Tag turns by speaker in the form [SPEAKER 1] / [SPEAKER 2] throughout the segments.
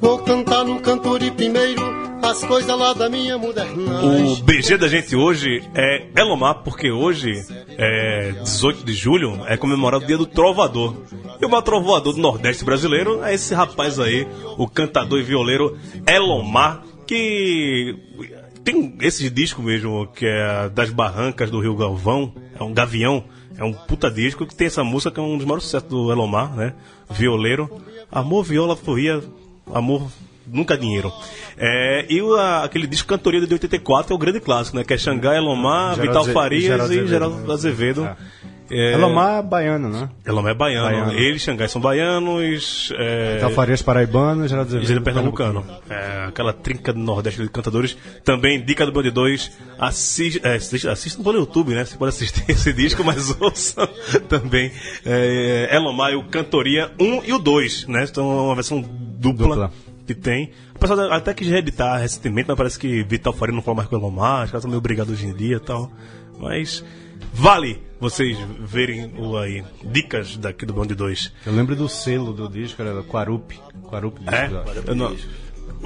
[SPEAKER 1] Vou cantar num canto de primeiro as coisas lá da minha
[SPEAKER 2] O
[SPEAKER 1] moderna.
[SPEAKER 2] BG da gente hoje é Elomar, porque hoje, é 18 de julho, é comemorado o dia do Trovador. E o maior trovador do Nordeste brasileiro é esse rapaz aí, o cantador e violeiro Elomar, que tem esse disco mesmo, que é das Barrancas do Rio Galvão, é um gavião, é um puta disco que tem essa música que é um dos maiores sucessos do Elomar, né? Violeiro. Amor, viola, furria, amor, nunca dinheiro. É, e o- a- aquele disco Cantoria de 84 é o grande clássico, né? Que é Xangai, Elomar,
[SPEAKER 3] Geraldo
[SPEAKER 2] Vital
[SPEAKER 3] Aze-
[SPEAKER 2] Farias
[SPEAKER 3] Geraldo
[SPEAKER 2] e
[SPEAKER 3] Azevedo,
[SPEAKER 2] Geraldo
[SPEAKER 3] né?
[SPEAKER 2] Azevedo.
[SPEAKER 3] É.
[SPEAKER 2] É,
[SPEAKER 3] Elomar é baiano, né?
[SPEAKER 2] Elomar é baiano.
[SPEAKER 3] Baiano.
[SPEAKER 2] Ele e Xangai são baianos. É,
[SPEAKER 3] Então, Farias Paraibano, Geraldo Azevedo.
[SPEAKER 2] Gênero pernambucano. É, aquela trinca do Nordeste de cantadores. Também, dica do Band 2. Assista, é, assista, assistam pelo YouTube, né? Você pode assistir esse disco, mas ouçam também é, Elomar e o Cantoria 1 e o 2, né? Então é uma versão dupla,
[SPEAKER 3] Dupla.
[SPEAKER 2] que tem. O pessoal até quis reeditar recentemente, mas parece que Vital Faria não fala mais com o Elomar. Os caras estão meio brigados hoje em dia e tal. Mas vale vocês verem o aí. Dicas daqui do Band 2.
[SPEAKER 3] Eu lembro do selo do disco, era Quarup. Quarup disco.
[SPEAKER 2] É?
[SPEAKER 3] eu acho.
[SPEAKER 2] Eu não-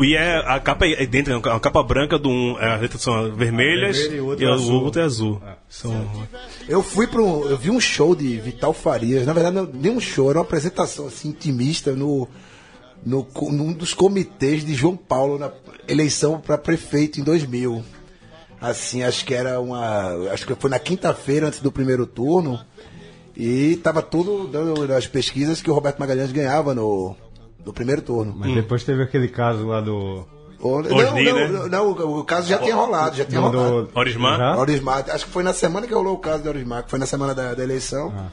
[SPEAKER 2] E é, a capa é dentro, é uma capa branca do um, é, as letras são vermelhas
[SPEAKER 3] Vermelho e
[SPEAKER 2] e,
[SPEAKER 3] o
[SPEAKER 2] o
[SPEAKER 3] outro
[SPEAKER 2] outro
[SPEAKER 3] é azul.
[SPEAKER 2] é azul. São-
[SPEAKER 4] Eu fui para um. Eu vi um show de Vital Farias. Na verdade, não, nem um show, era uma apresentação assim, intimista no, no, co- num dos comitês de João Paulo na eleição para prefeito em 2000. Assim, acho que era uma. Acho que foi na quinta-feira antes do primeiro turno. E tava tudo dando as pesquisas que o Roberto Magalhães ganhava no, no primeiro turno.
[SPEAKER 2] Hum.
[SPEAKER 3] Mas depois teve aquele caso lá do.
[SPEAKER 4] Ou- não,
[SPEAKER 2] Osni,
[SPEAKER 4] não,
[SPEAKER 2] né?
[SPEAKER 4] não, o- o caso já tinha rolado, já tinha rolado.
[SPEAKER 3] do
[SPEAKER 2] Orismar?
[SPEAKER 3] Já?
[SPEAKER 4] Aurismar, acho que foi na semana que rolou o caso de Aurismar, que foi na semana da, da eleição.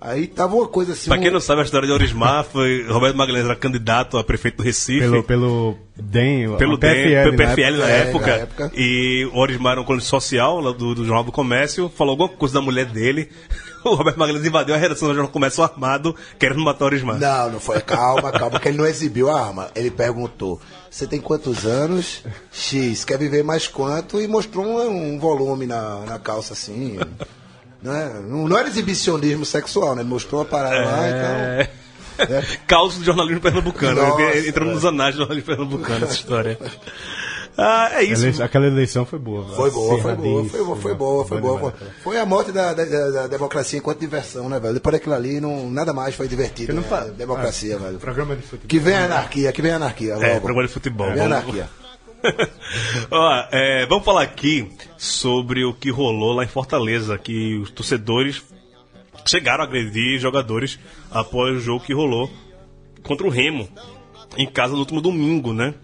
[SPEAKER 4] Aí tava uma coisa assim.
[SPEAKER 2] Ah. Pra quem
[SPEAKER 4] um-
[SPEAKER 2] não sabe, a história de Orismar foi. Roberto Magalhães era candidato a prefeito do Recife.
[SPEAKER 3] Pelo, pelo DEM,
[SPEAKER 2] pelo DEM, pelo
[SPEAKER 3] o na época.
[SPEAKER 2] PFL na
[SPEAKER 4] É,
[SPEAKER 2] época,
[SPEAKER 4] na época.
[SPEAKER 2] E o Orismar era um colunista social lá do, do Jornal do Comércio, falou alguma coisa da mulher dele. O Roberto Magalhães invadiu a redação do Jornal do Comércio armado, querendo matar o Orismar.
[SPEAKER 4] Não, não foi. Calma, calma, que ele não exibiu a arma. Ele perguntou: Você tem quantos anos? X, quer viver mais quanto? E mostrou um, um volume na, na calça assim. né? não, não era exibicionismo sexual, né? Mostrou a parada lá, então.
[SPEAKER 2] É. Caos do jornalismo pernambucano.
[SPEAKER 4] Nossa,
[SPEAKER 2] né? Entrando nos anais do jornalismo pernambucano essa história. Ah, é isso.
[SPEAKER 3] Ele- Aquela eleição foi boa.
[SPEAKER 4] Foi boa, foi boa, foi boa,
[SPEAKER 3] acirradíssima.
[SPEAKER 4] foi boa, foi
[SPEAKER 3] Boa
[SPEAKER 4] boa.
[SPEAKER 3] demais.
[SPEAKER 4] Foi a morte da, da- da- da democracia enquanto diversão, né, velho? Depois daquilo ali, não, nada mais foi divertido. né?
[SPEAKER 3] fa-
[SPEAKER 4] Democracia, velho.
[SPEAKER 3] Programa de futebol.
[SPEAKER 4] Que vem a anarquia, que vem a anarquia. Logo.
[SPEAKER 2] É, programa de futebol.
[SPEAKER 4] Vem a
[SPEAKER 2] Vamos-
[SPEAKER 4] anarquia.
[SPEAKER 2] Ó, é, vamos falar aqui sobre o que rolou lá em Fortaleza, que os torcedores chegaram a agredir jogadores após o jogo que rolou contra o Remo em casa no último domingo, né?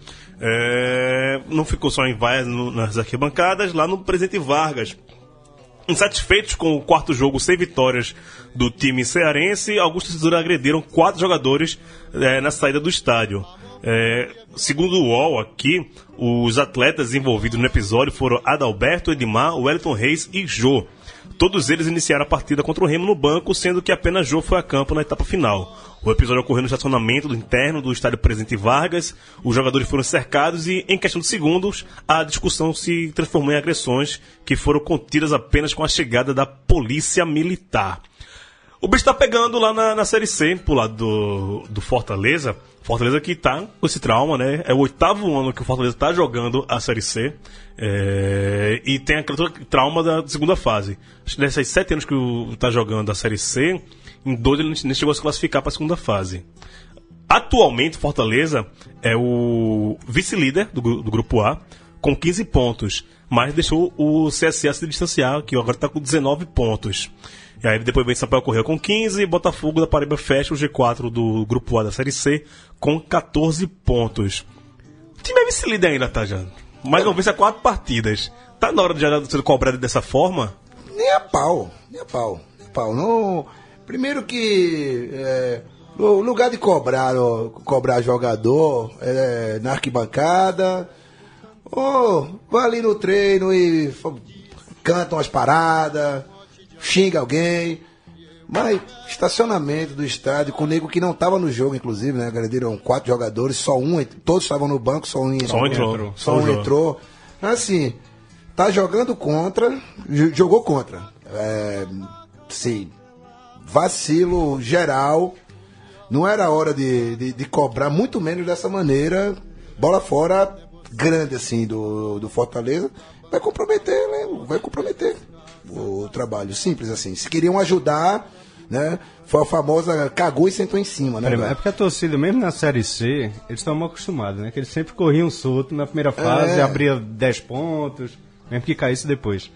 [SPEAKER 2] É, não ficou só em vaias no- nas arquibancadas, lá no Presidente Vargas. Insatisfeitos com o quarto jogo sem vitórias do time cearense, alguns torcedores agrediram quatro jogadores eh, na saída do estádio. Eh, segundo o UOL aqui, os atletas envolvidos no episódio foram Adalberto, Edmar, Wellington Reis e Jô. Todos eles iniciaram a partida contra o Remo no banco, sendo que apenas Jô foi a campo na etapa final. O episódio ocorreu no estacionamento do interno do estádio Presidente Vargas. Os jogadores foram cercados e, em questão de segundos, a discussão se transformou em agressões que foram contidas apenas com a chegada da polícia militar. O bicho tá pegando lá na, na Série C, pro lado do, do Fortaleza. Fortaleza que tá com esse trauma, né? É o oitavo ano que o Fortaleza tá jogando a Série C. É, e tem aquele tra- trauma da segunda fase. Acho que desses sete anos que o, tá jogando a Série C, em dois ele nem chegou a se classificar pra segunda fase. Atualmente, Fortaleza é o vice-líder do, gru- do grupo A, com 15 pontos, mas deixou o CSA se distanciar, que agora está com 19 pontos. E aí depois vem Sampaio Correia com 15, e Botafogo da Paraíba fecha o G4 do grupo A da Série C com 14 pontos. O time é vice-líder ainda, tá, Jano? Mas não vence há quatro partidas. Tá na hora de já ser cobrado dessa forma?
[SPEAKER 4] Nem a pau, nem a pau, nem a pau. Não, primeiro que é, no lugar de cobrar, ó, cobrar jogador é, na arquibancada, ou vai ali no treino e fa- canta umas paradas, xinga alguém. Mas estacionamento do estádio, com o nego que não tava no jogo, inclusive, né? Agrediram quatro jogadores, só um, ent- todos estavam no banco, só um entrou.
[SPEAKER 2] Só um entrou.
[SPEAKER 4] Só um entrou. Assim, tá jogando contra, jo- jogou contra. É, sim, vacilo geral. Não era hora de, de, de cobrar, muito menos dessa maneira. Bola fora grande, assim, do, do Fortaleza. Vai comprometer, né? Vai comprometer o trabalho. Simples assim. Se queriam ajudar, né? Foi a famosa cagou e sentou em cima, né?
[SPEAKER 3] Peraí,
[SPEAKER 4] velho?
[SPEAKER 3] É porque a torcida, mesmo na Série C, eles estão mal acostumados, né? Que eles sempre corriam solto na primeira fase,
[SPEAKER 4] É.
[SPEAKER 3] abria 10 pontos, mesmo que caísse depois.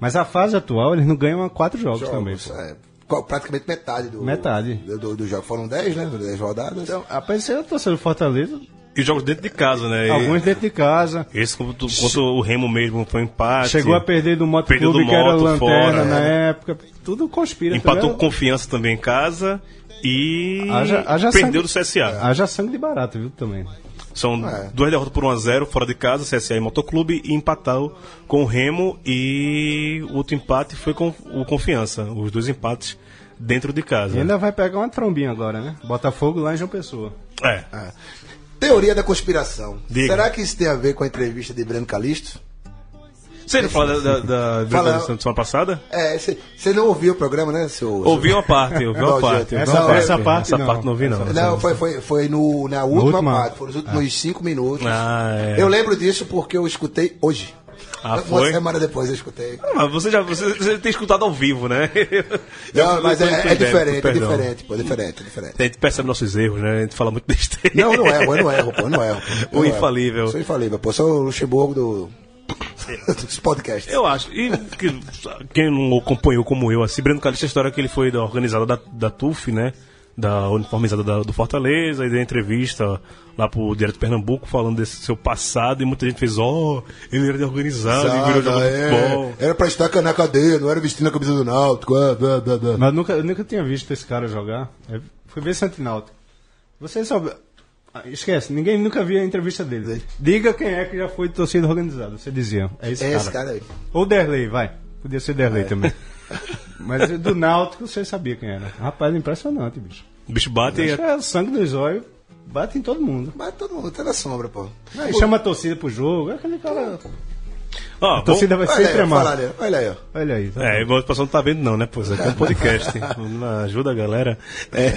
[SPEAKER 3] Mas a fase atual, eles não ganham há 4 jogos, também.
[SPEAKER 4] Jogos,
[SPEAKER 3] Pô.
[SPEAKER 4] é, co- praticamente metade do.
[SPEAKER 3] Metade.
[SPEAKER 4] Do, do, do jogo. Foram 10, né? 10 rodadas.
[SPEAKER 3] Então, apareceu a torcida é do Fortaleza,
[SPEAKER 2] E jogos dentro de casa, né? E
[SPEAKER 3] Alguns dentro de casa.
[SPEAKER 2] Esse contra, contra o Remo mesmo foi um empate.
[SPEAKER 3] Chegou a perder do Moto
[SPEAKER 2] Perdeu do
[SPEAKER 3] Clube, que era
[SPEAKER 2] Moto,
[SPEAKER 3] lanterna
[SPEAKER 2] fora,
[SPEAKER 3] na
[SPEAKER 2] né?
[SPEAKER 3] época. Tudo conspira.
[SPEAKER 2] Empatou
[SPEAKER 3] tá
[SPEAKER 2] com
[SPEAKER 3] ligado?
[SPEAKER 2] confiança também em casa. E
[SPEAKER 3] Haja- haja
[SPEAKER 2] perdeu do
[SPEAKER 3] sangue-
[SPEAKER 2] CSA.
[SPEAKER 3] Haja sangue de barato, viu, também.
[SPEAKER 2] São duas derrotas por 1x0 fora de casa, CSA e Motoclube, e empatou com o Remo e o outro empate foi com o Confiança. Os dois empates dentro de casa.
[SPEAKER 3] E ainda vai pegar uma trombinha agora, né? Botafogo lá em João Pessoa.
[SPEAKER 2] É.
[SPEAKER 4] Teoria da conspiração.
[SPEAKER 2] Diga.
[SPEAKER 4] Será que isso tem a ver com a entrevista de Breno Calixto?
[SPEAKER 2] Você não fala da, da, da
[SPEAKER 4] Fala-
[SPEAKER 2] da semana passada?
[SPEAKER 4] É, você não ouviu o programa, né, seu.
[SPEAKER 2] Ouvi uma parte, ouvi uma
[SPEAKER 4] Não,
[SPEAKER 2] parte.
[SPEAKER 4] gente,
[SPEAKER 2] É ouvi
[SPEAKER 4] não,
[SPEAKER 2] uma
[SPEAKER 4] essa
[SPEAKER 3] parte
[SPEAKER 2] Essa
[SPEAKER 3] não.
[SPEAKER 2] parte não ouvi, não.
[SPEAKER 4] Não, foi, foi, foi no, na última,
[SPEAKER 3] última?
[SPEAKER 4] parte, foram os últimos cinco minutos.
[SPEAKER 2] Ah, é.
[SPEAKER 4] Eu lembro disso porque eu escutei hoje.
[SPEAKER 2] Ah,
[SPEAKER 4] Uma
[SPEAKER 2] foi?
[SPEAKER 4] semana depois eu escutei.
[SPEAKER 2] Mas você já você, você tem escutado ao vivo, né?
[SPEAKER 4] Não, mas é,
[SPEAKER 2] tô
[SPEAKER 4] é
[SPEAKER 2] entendendo,
[SPEAKER 4] diferente, é
[SPEAKER 2] perdão.
[SPEAKER 4] diferente, pô, é diferente, é diferente.
[SPEAKER 2] A gente percebe nossos erros, né? A gente fala muito besteira.
[SPEAKER 4] Não, eu não é. erro, eu não erro, pô, eu não erro. pô, eu
[SPEAKER 2] O
[SPEAKER 4] não erro.
[SPEAKER 2] infalível.
[SPEAKER 4] Sou infalível, pô, sou o Luxemburgo do. dos podcasts.
[SPEAKER 2] Eu acho. E que- quem não acompanhou como eu, assim, Breno Calixto, a história que ele foi da organizada da, da TUF, né? Da uniformizada da- do Fortaleza, e deu entrevista lá pro Direto de Pernambuco falando desse seu passado, e muita gente fez, ó, ele era de organizada e virou jogador de
[SPEAKER 4] é,
[SPEAKER 2] futebol.
[SPEAKER 4] Era pra estar na cadeia, não era vestindo a camisa do Náutico. é, blá, blá, blá.
[SPEAKER 3] Mas nunca, eu nunca tinha visto esse cara jogar. É, fui ver Santinalto. Você sabe. Ah, Esquece, ninguém nunca viu a entrevista dele. Diga quem é que já foi torcida organizada, você dizia. É esse,
[SPEAKER 4] É
[SPEAKER 3] cara.
[SPEAKER 4] esse É. cara aí.
[SPEAKER 3] Ou Derley, vai. Podia ser Derley também. Mas do Náutico você sabia quem era. Rapaz, impressionante, bicho.
[SPEAKER 2] O bicho bate e
[SPEAKER 3] Acho que é o sangue dos olhos, bate em todo mundo.
[SPEAKER 4] Mas todo mundo tá na sombra, pô.
[SPEAKER 3] Aí chama a torcida pro jogo, é aquele cara.
[SPEAKER 2] Ó,
[SPEAKER 3] A torcida vai
[SPEAKER 4] Olha
[SPEAKER 3] sempre
[SPEAKER 4] aí, ó, fala
[SPEAKER 3] amar.
[SPEAKER 4] ali, ó, olha aí, ó.
[SPEAKER 3] Olha aí. tá
[SPEAKER 2] É, igual o pessoal não tá vendo, não, né? Pô, isso aqui é um podcast. Não ajuda a galera. É.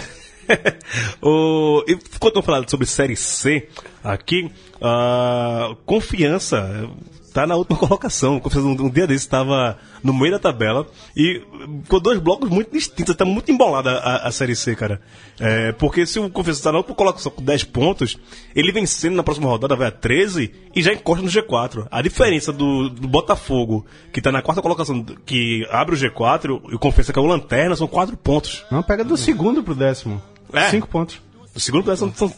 [SPEAKER 2] o, e quando eu falando sobre Série C aqui, a confiança tá na última colocação. Confiança, um, um dia desse estava no meio da tabela e com dois blocos muito distintos. Tá muito embolada a, a Série C, cara. É, porque se o Confiança tá na última colocação com 10 pontos, ele vencendo na próxima rodada vai a 13 e já encosta no G4. A diferença do, do Botafogo, que tá na quarta colocação, que abre o G4, e o Confiança que é o Lanterna, são 4 pontos.
[SPEAKER 3] Não, pega do segundo pro décimo.
[SPEAKER 2] É.
[SPEAKER 3] Cinco pontos.
[SPEAKER 2] O segundo lugar são. são-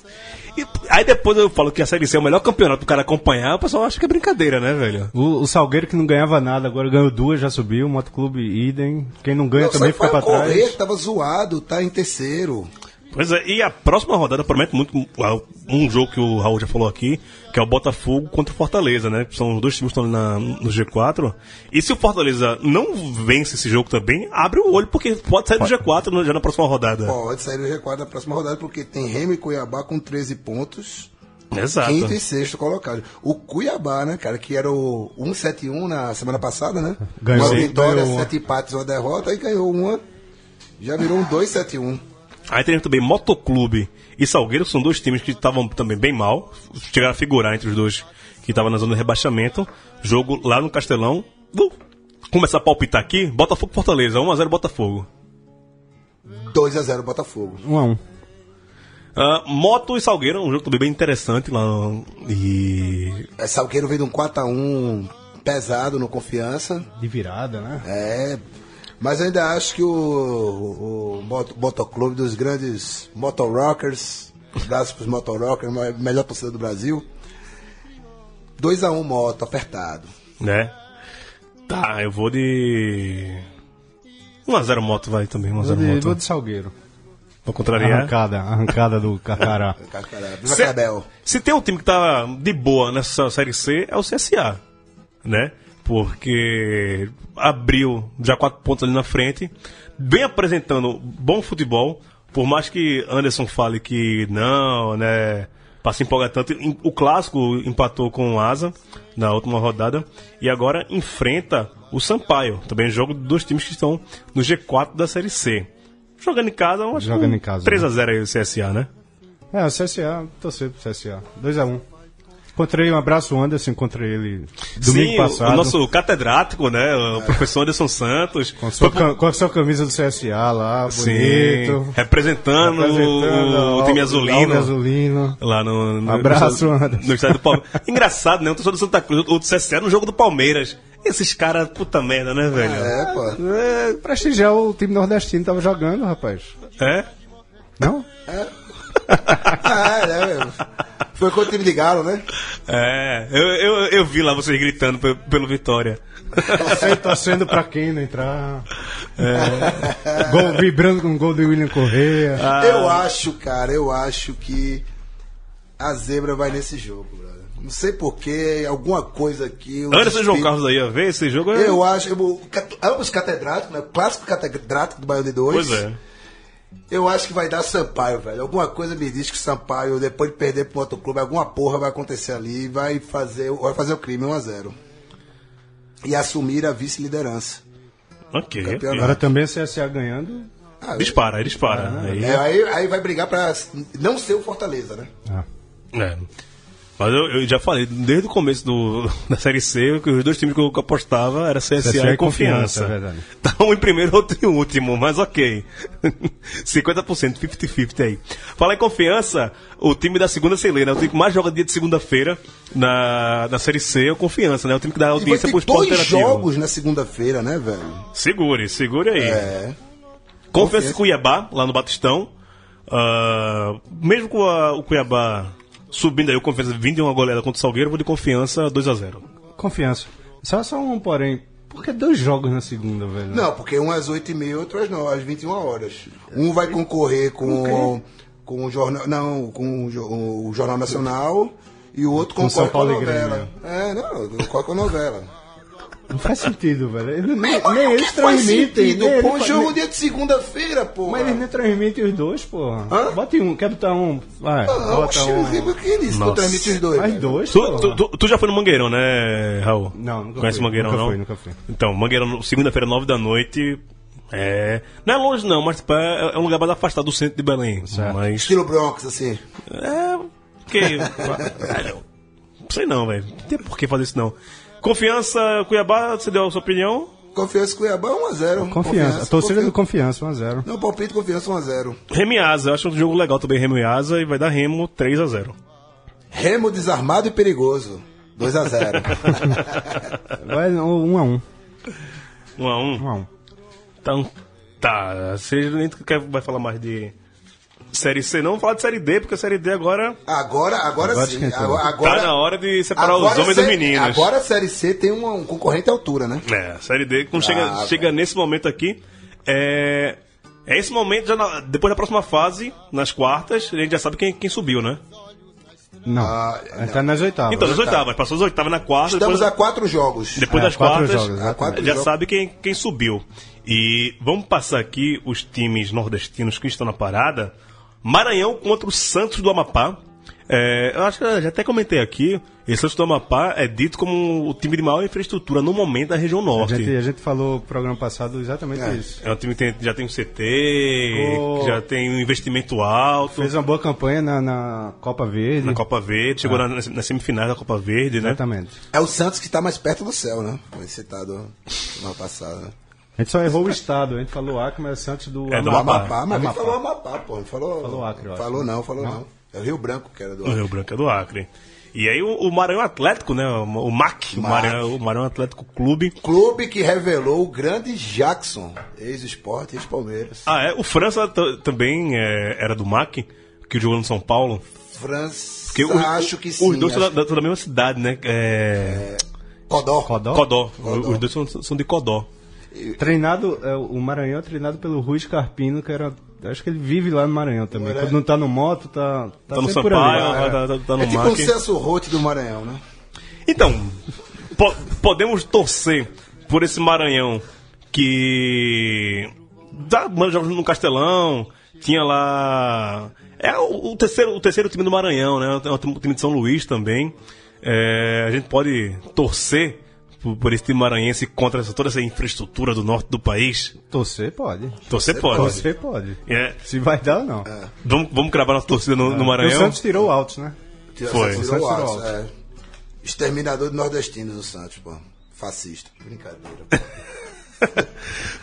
[SPEAKER 2] E aí depois eu falo que a Série C é o melhor campeonato pro cara acompanhar, o pessoal acha que é brincadeira, né, velho?
[SPEAKER 3] O, o Salgueiro que não ganhava nada, agora ganhou duas, já subiu. O Motoclube idem. Quem não ganha
[SPEAKER 4] Não,
[SPEAKER 3] também fica
[SPEAKER 4] Sampaio
[SPEAKER 3] pra trás.
[SPEAKER 4] Corrêa, que tava zoado, tá em terceiro.
[SPEAKER 2] Pois é, e a próxima rodada promete muito uh, um jogo que o Raul já falou aqui, que é o Botafogo contra o Fortaleza, né? São os dois times que estão ali na, no G4. E se o Fortaleza não vence esse jogo também, abre o olho, porque pode sair do G4 no- já na próxima rodada.
[SPEAKER 4] Pode sair do G4 na próxima rodada, porque tem Remo e Cuiabá com 13 pontos.
[SPEAKER 2] Exato.
[SPEAKER 4] Quinto e sexto colocado. O Cuiabá, né, cara, que era o 171 na semana passada, né?
[SPEAKER 3] Ganhou,
[SPEAKER 4] uma
[SPEAKER 3] sim,
[SPEAKER 4] vitória,
[SPEAKER 3] ganhou uma.
[SPEAKER 4] sete empates, uma derrota, e ganhou uma. Já virou um 271.
[SPEAKER 2] Aí tem também Motoclube e Salgueiro, que são dois times que estavam também bem mal. Chegaram a figurar entre os dois que estavam na zona de rebaixamento. Jogo lá no Castelão. Vou começar a palpitar aqui. Botafogo e Fortaleza. 1x0 Botafogo.
[SPEAKER 4] 2 a 0 Botafogo.
[SPEAKER 3] Um a um.
[SPEAKER 2] Ah, Moto e Salgueiro é um jogo também bem interessante lá. no- E.
[SPEAKER 4] É, Salgueiro veio de um 4x1 pesado no confiança.
[SPEAKER 3] De virada, né?
[SPEAKER 4] É. Mas eu ainda acho que o, o moto- motoclube dos grandes motorockers, abraço pros motorockers, a melhor torcida do Brasil. 2x1 moto, apertado.
[SPEAKER 2] Né? Tá, eu vou de. 1x0 Moto vai também.
[SPEAKER 3] Vou
[SPEAKER 2] 1x0
[SPEAKER 3] de, vou
[SPEAKER 2] Moto.
[SPEAKER 3] de Salgueiro.
[SPEAKER 2] Vou contrariar.
[SPEAKER 3] Arrancada, arrancada do Cacará.
[SPEAKER 4] Carcará. Viva
[SPEAKER 2] Se,
[SPEAKER 4] Cabel.
[SPEAKER 2] se tem um time que tá de boa nessa série C, é o CSA, né? Porque abriu já quatro pontos ali na frente, bem apresentando bom futebol, por mais que Anderson fale que não, né? Pra se empolgar tanto. Em- O clássico empatou com o Asa na última rodada. E agora enfrenta o Sampaio. Também é jogo de dois times que estão no G4 da Série C. Jogando em casa, eu acho
[SPEAKER 3] Jogando
[SPEAKER 2] um
[SPEAKER 3] em casa,
[SPEAKER 2] 3x0 aí o CSA, né?
[SPEAKER 3] É, o CSA, torcer pro CSA. 2x1. Um. Encontrei um abraço, Anderson, encontrei ele domingo
[SPEAKER 2] Sim, o-
[SPEAKER 3] passado. É.
[SPEAKER 2] o nosso catedrático, né? O professor Anderson Santos.
[SPEAKER 3] com, a sua,
[SPEAKER 2] Foi-
[SPEAKER 3] cam- com a sua camisa do CSA lá,
[SPEAKER 2] Sim,
[SPEAKER 3] bonito.
[SPEAKER 2] representando, o, o
[SPEAKER 3] Representando
[SPEAKER 2] time
[SPEAKER 3] Al-
[SPEAKER 2] azulino.
[SPEAKER 3] Alves Azulino.
[SPEAKER 2] Lá no, no
[SPEAKER 3] Abraço,
[SPEAKER 2] no,
[SPEAKER 3] Anderson.
[SPEAKER 2] no estádio do Palmeiras. Engraçado, né? Um torcedor do Santa Cruz, outro CSE no jogo do Palmeiras. Esses caras, puta merda, né, velho?
[SPEAKER 4] É, pô.
[SPEAKER 3] É, prestigiar o time nordestino tava jogando, rapaz.
[SPEAKER 2] É?
[SPEAKER 3] Não?
[SPEAKER 4] Ah, é, é. Foi quando o time de Galo, né?
[SPEAKER 2] É, eu, eu, eu vi lá vocês gritando pe- pelo Vitória.
[SPEAKER 3] Você torcendo pra quem não entrar. É. Gol, vibrando com o gol do William Correa.
[SPEAKER 2] Ah.
[SPEAKER 4] Eu acho, cara, eu acho que a zebra vai nesse jogo, brother. Não sei porquê, alguma coisa aqui. o
[SPEAKER 2] Anderson e João
[SPEAKER 4] espírito-
[SPEAKER 2] Carlos aí ia ver esse jogo. é-
[SPEAKER 4] Eu acho, eu, cat- ambos catedráticos, né? O clássico catedrático do Baiano de 2.
[SPEAKER 2] Pois é.
[SPEAKER 4] Eu acho que vai dar Sampaio, velho. Alguma coisa me diz que Sampaio, depois de perder pro outro clube, alguma porra vai acontecer ali e vai fazer, vai fazer o crime 1x0. E assumir a vice-liderança.
[SPEAKER 2] Ok. ok.
[SPEAKER 4] Campeão
[SPEAKER 3] Agora também o CSA ganhando.
[SPEAKER 4] Ah,
[SPEAKER 2] Dispara, aí dispara.
[SPEAKER 3] Ah,
[SPEAKER 2] aí,
[SPEAKER 4] é, aí, aí vai brigar pra não ser o Fortaleza, né?
[SPEAKER 3] Ah,
[SPEAKER 2] é. Mas eu, eu já falei, desde o começo do, da Série C, que os dois times que eu apostava era CSA,
[SPEAKER 3] CSA
[SPEAKER 2] e Confiança.
[SPEAKER 3] e Confiança, é verdade.
[SPEAKER 2] Tá um em primeiro, outro em último, mas ok. 50%, 50-50 aí. Falar em Confiança, o time da segunda celeira, né? o time que mais joga dia de segunda-feira na, na Série C é o Confiança, né? O time que dá
[SPEAKER 4] E vai
[SPEAKER 2] audiência
[SPEAKER 4] ter
[SPEAKER 2] pro
[SPEAKER 4] dois
[SPEAKER 2] esporte alternativo.
[SPEAKER 4] jogos na segunda-feira, né, velho?
[SPEAKER 2] Segure, segure aí.
[SPEAKER 4] É.
[SPEAKER 2] Confiança
[SPEAKER 4] Confiança.
[SPEAKER 2] em Cuiabá, lá no Batistão. Ah, mesmo com a- o Cuiabá subindo aí, o Confiança vindo de uma goleada contra o Salgueiro, eu vou de Confiança 2x0.
[SPEAKER 3] Confiança. Só, só um porém. Por que dois jogos na segunda, velho?
[SPEAKER 4] Não, porque um às 8 e meia, outro às, não, às 21 horas. Um vai concorrer com, com o jornal. Não, com o, jo- o Jornal Nacional e o outro
[SPEAKER 3] Com
[SPEAKER 4] concorre
[SPEAKER 3] São
[SPEAKER 4] com a
[SPEAKER 3] Paulo e
[SPEAKER 4] novela. É, não, concorre com a novela.
[SPEAKER 3] Não faz sentido, velho. Eles nem, nem eles
[SPEAKER 4] Faz
[SPEAKER 3] transmitem.
[SPEAKER 4] sentido,
[SPEAKER 3] Nem eles
[SPEAKER 4] pô. Um
[SPEAKER 3] fa-
[SPEAKER 4] jogo
[SPEAKER 3] nem-
[SPEAKER 4] dia de segunda-feira, pô.
[SPEAKER 3] Mas eles nem transmitem os dois, porra.
[SPEAKER 4] Hã?
[SPEAKER 3] Bota em um, quer botar um. Vai,
[SPEAKER 4] Ah,
[SPEAKER 3] bota
[SPEAKER 4] oxe,
[SPEAKER 3] um.
[SPEAKER 4] o que é isso? Não
[SPEAKER 2] Nossa.
[SPEAKER 4] transmite os dois.
[SPEAKER 3] Mais
[SPEAKER 4] velho.
[SPEAKER 3] dois,
[SPEAKER 2] Tu,
[SPEAKER 3] porra.
[SPEAKER 2] tu- tu- tu já foi no Mangueirão, né, Raul?
[SPEAKER 3] Não, nunca
[SPEAKER 2] Conhece
[SPEAKER 3] fui,
[SPEAKER 2] Mangueirão,
[SPEAKER 3] nunca
[SPEAKER 2] não?
[SPEAKER 3] fui, nunca fui.
[SPEAKER 2] Então, Mangueirão, segunda-feira, 9 da noite. É. Não é longe, não, mas tipo, é, é um lugar mais afastado do centro de Belém. Mas.
[SPEAKER 4] Estilo Bronx, assim.
[SPEAKER 2] É. Que. Velho, não sei não, velho. Não tem por que fazer isso, não. Confiança, Cuiabá, você deu a sua opinião?
[SPEAKER 4] Confiança Cuiabá 1x0.
[SPEAKER 3] Confiança. A torcida do Confiança, 1x0.
[SPEAKER 4] Não, palpite confiança 1x0.
[SPEAKER 2] Remo e Asa, eu acho um jogo legal também, Remo e Asa, e vai dar Remo 3x0.
[SPEAKER 4] Remo desarmado e perigoso. 2x0.
[SPEAKER 3] Vai 1x1. Um a um,
[SPEAKER 2] 1x1.
[SPEAKER 3] um a um.
[SPEAKER 2] Então, tá. Você nem quer, vai falar mais de Série C, não? Vamos falar de Série D, porque a Série D agora
[SPEAKER 4] Agora, agora,
[SPEAKER 3] Agora é
[SPEAKER 4] sim.
[SPEAKER 3] esquentou.
[SPEAKER 4] Agora, agora,
[SPEAKER 2] tá na hora de separar os
[SPEAKER 4] agora
[SPEAKER 2] homens
[SPEAKER 4] a
[SPEAKER 2] dos
[SPEAKER 4] série-
[SPEAKER 2] meninos.
[SPEAKER 4] Agora a Série C tem um, um concorrente à altura, né?
[SPEAKER 2] É, a Série D, quando chega,
[SPEAKER 4] velho.
[SPEAKER 2] chega nesse momento aqui, é... É esse momento, já na- depois da próxima fase, nas quartas, a gente já sabe quem, quem subiu, né?
[SPEAKER 3] Não.
[SPEAKER 4] Ah,
[SPEAKER 3] Aí Tá nas oitavas.
[SPEAKER 2] Então, nas oitavas. Passou as oitavas na quarta,
[SPEAKER 4] Estamos
[SPEAKER 2] depois,
[SPEAKER 4] a quatro jogos.
[SPEAKER 2] depois
[SPEAKER 3] É,
[SPEAKER 2] das
[SPEAKER 3] quatro
[SPEAKER 2] quartas,
[SPEAKER 3] jogos,
[SPEAKER 4] exatamente. Quatro
[SPEAKER 2] já
[SPEAKER 4] jogos.
[SPEAKER 2] sabe quem, quem subiu. E vamos passar aqui os times nordestinos que estão na parada. Maranhão contra o Santos do Amapá. É, eu acho que eu já até comentei aqui, esse Santos do Amapá é dito como o time de maior infraestrutura no momento da região
[SPEAKER 3] A
[SPEAKER 2] norte.
[SPEAKER 3] gente, a gente falou no programa passado exatamente isso.
[SPEAKER 2] É um time que tem- já tem um CT,
[SPEAKER 3] Ficou-
[SPEAKER 2] que já tem um investimento alto
[SPEAKER 3] Fez um uma boa campanha na, na Copa Verde.
[SPEAKER 2] na Copa Verde, chegou na, na semifinal da Copa Verde, né?
[SPEAKER 3] É. Exatamente.
[SPEAKER 4] É o Santos que tá mais perto do céu, né? Foi citado na passada.
[SPEAKER 3] A gente só errou o estado. A gente falou Acre, mas Santos do
[SPEAKER 2] É, do
[SPEAKER 3] Amapá.
[SPEAKER 2] Amapá.
[SPEAKER 4] Amapá, mas ele falou Amapá, pô. Não falou,
[SPEAKER 3] Falou Acre, eu acho. né?
[SPEAKER 4] Falou não, falou não. É o Rio Branco que era do
[SPEAKER 2] O
[SPEAKER 4] Acre.
[SPEAKER 2] Rio Branco é do Acre. E aí o, o Maranhão Atlético, né? O, o MAC, o
[SPEAKER 4] MAC.
[SPEAKER 2] Maranhão, o Maranhão Atlético Clube.
[SPEAKER 4] Clube que revelou o grande Jackson, ex-esporte, ex-Palmeiras.
[SPEAKER 2] Ah, é. O França t- também é, era do MAC, que jogou no São Paulo.
[SPEAKER 4] França,
[SPEAKER 2] Porque os-
[SPEAKER 4] acho que
[SPEAKER 2] os
[SPEAKER 4] sim.
[SPEAKER 2] dois são
[SPEAKER 4] acho-
[SPEAKER 2] da, da- são da mesma cidade, né? É,
[SPEAKER 4] Codó.
[SPEAKER 3] Codó?
[SPEAKER 2] Codó. Os dois são, são de Codó.
[SPEAKER 3] Treinado, é, o Maranhão é treinado pelo Ruiz Carpino, que era. Acho que ele vive lá no Maranhão também.
[SPEAKER 4] Olha.
[SPEAKER 3] Quando não tá no moto, tá.
[SPEAKER 2] é- Tá no
[SPEAKER 3] sempre por ali.
[SPEAKER 2] Sampaio, tá, tá- tá no
[SPEAKER 4] É tipo o
[SPEAKER 2] MAC.
[SPEAKER 4] Celso Roth do Maranhão, né?
[SPEAKER 2] Então, po- podemos torcer por esse Maranhão que dá mano, jogos no Castelão, tinha lá é o, o terceiro o terceiro time do Maranhão, né? O time- o time de São Luís também. É, a gente pode torcer por, por esse time maranhense contra essa- toda essa infraestrutura do norte do país.
[SPEAKER 3] Torcer pode.
[SPEAKER 2] Torcer pode.
[SPEAKER 3] Torcer pode.
[SPEAKER 2] É,
[SPEAKER 3] Se vai dar ou não.
[SPEAKER 2] vamos, vamos cravar nossa torcida no, no
[SPEAKER 3] E O
[SPEAKER 2] Maranhão.
[SPEAKER 3] Santos tirou o Altos, né?
[SPEAKER 4] Tira-
[SPEAKER 2] Foi.
[SPEAKER 4] Tirou
[SPEAKER 3] Santos
[SPEAKER 4] o
[SPEAKER 3] tirou
[SPEAKER 4] Altos,
[SPEAKER 3] o
[SPEAKER 4] é. Exterminador de nordestinos do Santos, pô. Fascista. Brincadeira.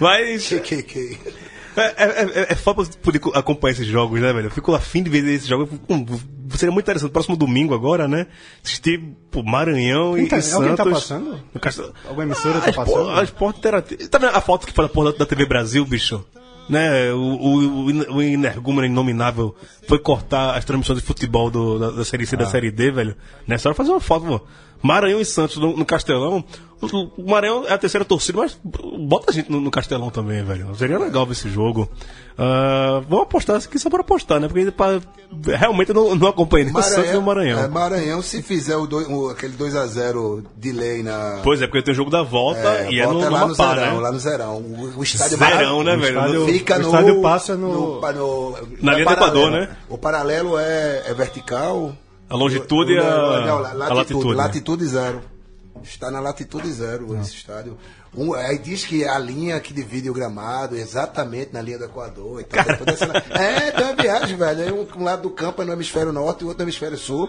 [SPEAKER 2] Mas
[SPEAKER 4] que, que, que.
[SPEAKER 2] É, é, é- é foda pra poder co- acompanhar esses jogos, né, velho? Eu fico afim de ver esses jogos. Hum, seria muito interessante. Próximo domingo agora, né? Assistir pô, Maranhão e,
[SPEAKER 3] Quem tá-
[SPEAKER 2] e Santos.
[SPEAKER 3] alguém tá passando?
[SPEAKER 2] No Castelo-
[SPEAKER 3] Alguma emissora
[SPEAKER 2] Ah,
[SPEAKER 3] tá
[SPEAKER 2] a Sport-
[SPEAKER 3] passando?
[SPEAKER 2] A Sport Interativo. Tá vendo a foto que fala porra da da TV Brasil, bicho? né? O, o, o in- o energúmeno inominável foi cortar as transmissões de futebol do- da, da Série C e da Série D, velho. Nessa hora fazer uma foto, mano. Maranhão e Santos no, no Castelão. O, o Maranhão é a terceira torcida, mas bota a gente no, no Castelão também, velho. Seria legal ver esse jogo. Ah, vamos apostar aqui só pra apostar, né? Porque pra- realmente eu não, não acompanhei nem o Santos e o Maranhão.
[SPEAKER 4] É, Maranhão, se fizer o dois- o- aquele 2x0 de lei na.
[SPEAKER 2] Pois é, porque tem o jogo da volta
[SPEAKER 4] é,
[SPEAKER 2] e é no,
[SPEAKER 4] volta
[SPEAKER 2] no
[SPEAKER 4] lá no
[SPEAKER 2] Amapá,
[SPEAKER 4] Zerão,
[SPEAKER 2] né?
[SPEAKER 4] lá no Zerão. O, o estádio
[SPEAKER 2] Zerão, né,
[SPEAKER 3] o
[SPEAKER 2] velho?
[SPEAKER 3] estádio-
[SPEAKER 4] Fica
[SPEAKER 3] O
[SPEAKER 4] no.
[SPEAKER 3] estádio passa no-
[SPEAKER 4] pa- no-
[SPEAKER 2] Na
[SPEAKER 4] é
[SPEAKER 2] linha do
[SPEAKER 4] paralelo.
[SPEAKER 2] Equador, né?
[SPEAKER 4] O paralelo é, é vertical.
[SPEAKER 2] A longitude e
[SPEAKER 4] O- o-
[SPEAKER 2] a,
[SPEAKER 4] não,
[SPEAKER 2] a
[SPEAKER 4] la-
[SPEAKER 2] latitude.
[SPEAKER 4] latitude.
[SPEAKER 2] né?
[SPEAKER 4] Latitude zero. Está na latitude zero esse estádio. Um, aí diz que a linha que divide o gramado é exatamente na linha do Equador. E tal. Tem toda essa- É, tem uma viagem, velho. Aí Um, um lado do campo é no hemisfério norte e o outro no hemisfério sul.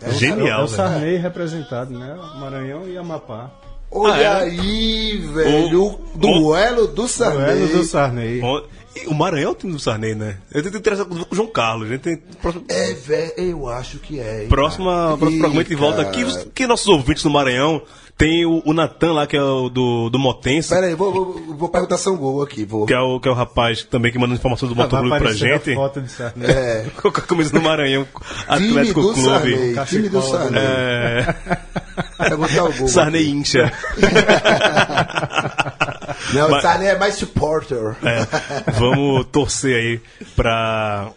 [SPEAKER 4] É um-
[SPEAKER 3] É
[SPEAKER 2] Genial,
[SPEAKER 3] o
[SPEAKER 2] velho.
[SPEAKER 3] Sarney representado, né? Maranhão e Amapá.
[SPEAKER 4] Olha
[SPEAKER 2] Ah, é?
[SPEAKER 4] aí, velho. O, duelo do Sarney.
[SPEAKER 3] Duelo do Sarney.
[SPEAKER 2] Bom, e O Maranhão é o time do Sarney, né? Eu tenho interesse com o João Carlos. A gente tem próximo,
[SPEAKER 4] É, velho, eu acho que é. hein,
[SPEAKER 2] próxima,
[SPEAKER 4] cara.
[SPEAKER 2] próximo
[SPEAKER 4] Ih,
[SPEAKER 2] fragmento de volta
[SPEAKER 4] cara.
[SPEAKER 2] aqui. Que nossos ouvintes do Maranhão tem o, o Natan lá, que é o do, do Motense,
[SPEAKER 4] Pera aí, vou, vou, vou perguntar São Gol aqui. Vou.
[SPEAKER 2] que é o, que é o rapaz também que manda informações do Moto
[SPEAKER 3] Ah,
[SPEAKER 2] Clube
[SPEAKER 3] Vai
[SPEAKER 2] pra
[SPEAKER 3] aparecer a
[SPEAKER 2] gente.
[SPEAKER 3] foto de Sarney.
[SPEAKER 4] É,
[SPEAKER 2] Com a camisa do Maranhão,
[SPEAKER 4] time
[SPEAKER 2] Atlético
[SPEAKER 4] do
[SPEAKER 2] Clube.
[SPEAKER 4] Sarney. Time do
[SPEAKER 3] Cachecol,
[SPEAKER 4] Sarney.
[SPEAKER 2] É...
[SPEAKER 4] Vai botar o gol.
[SPEAKER 2] Sarney incha.
[SPEAKER 4] Não,
[SPEAKER 2] Mas-
[SPEAKER 4] o Sarney é mais supporter.
[SPEAKER 2] É, vamos torcer aí pra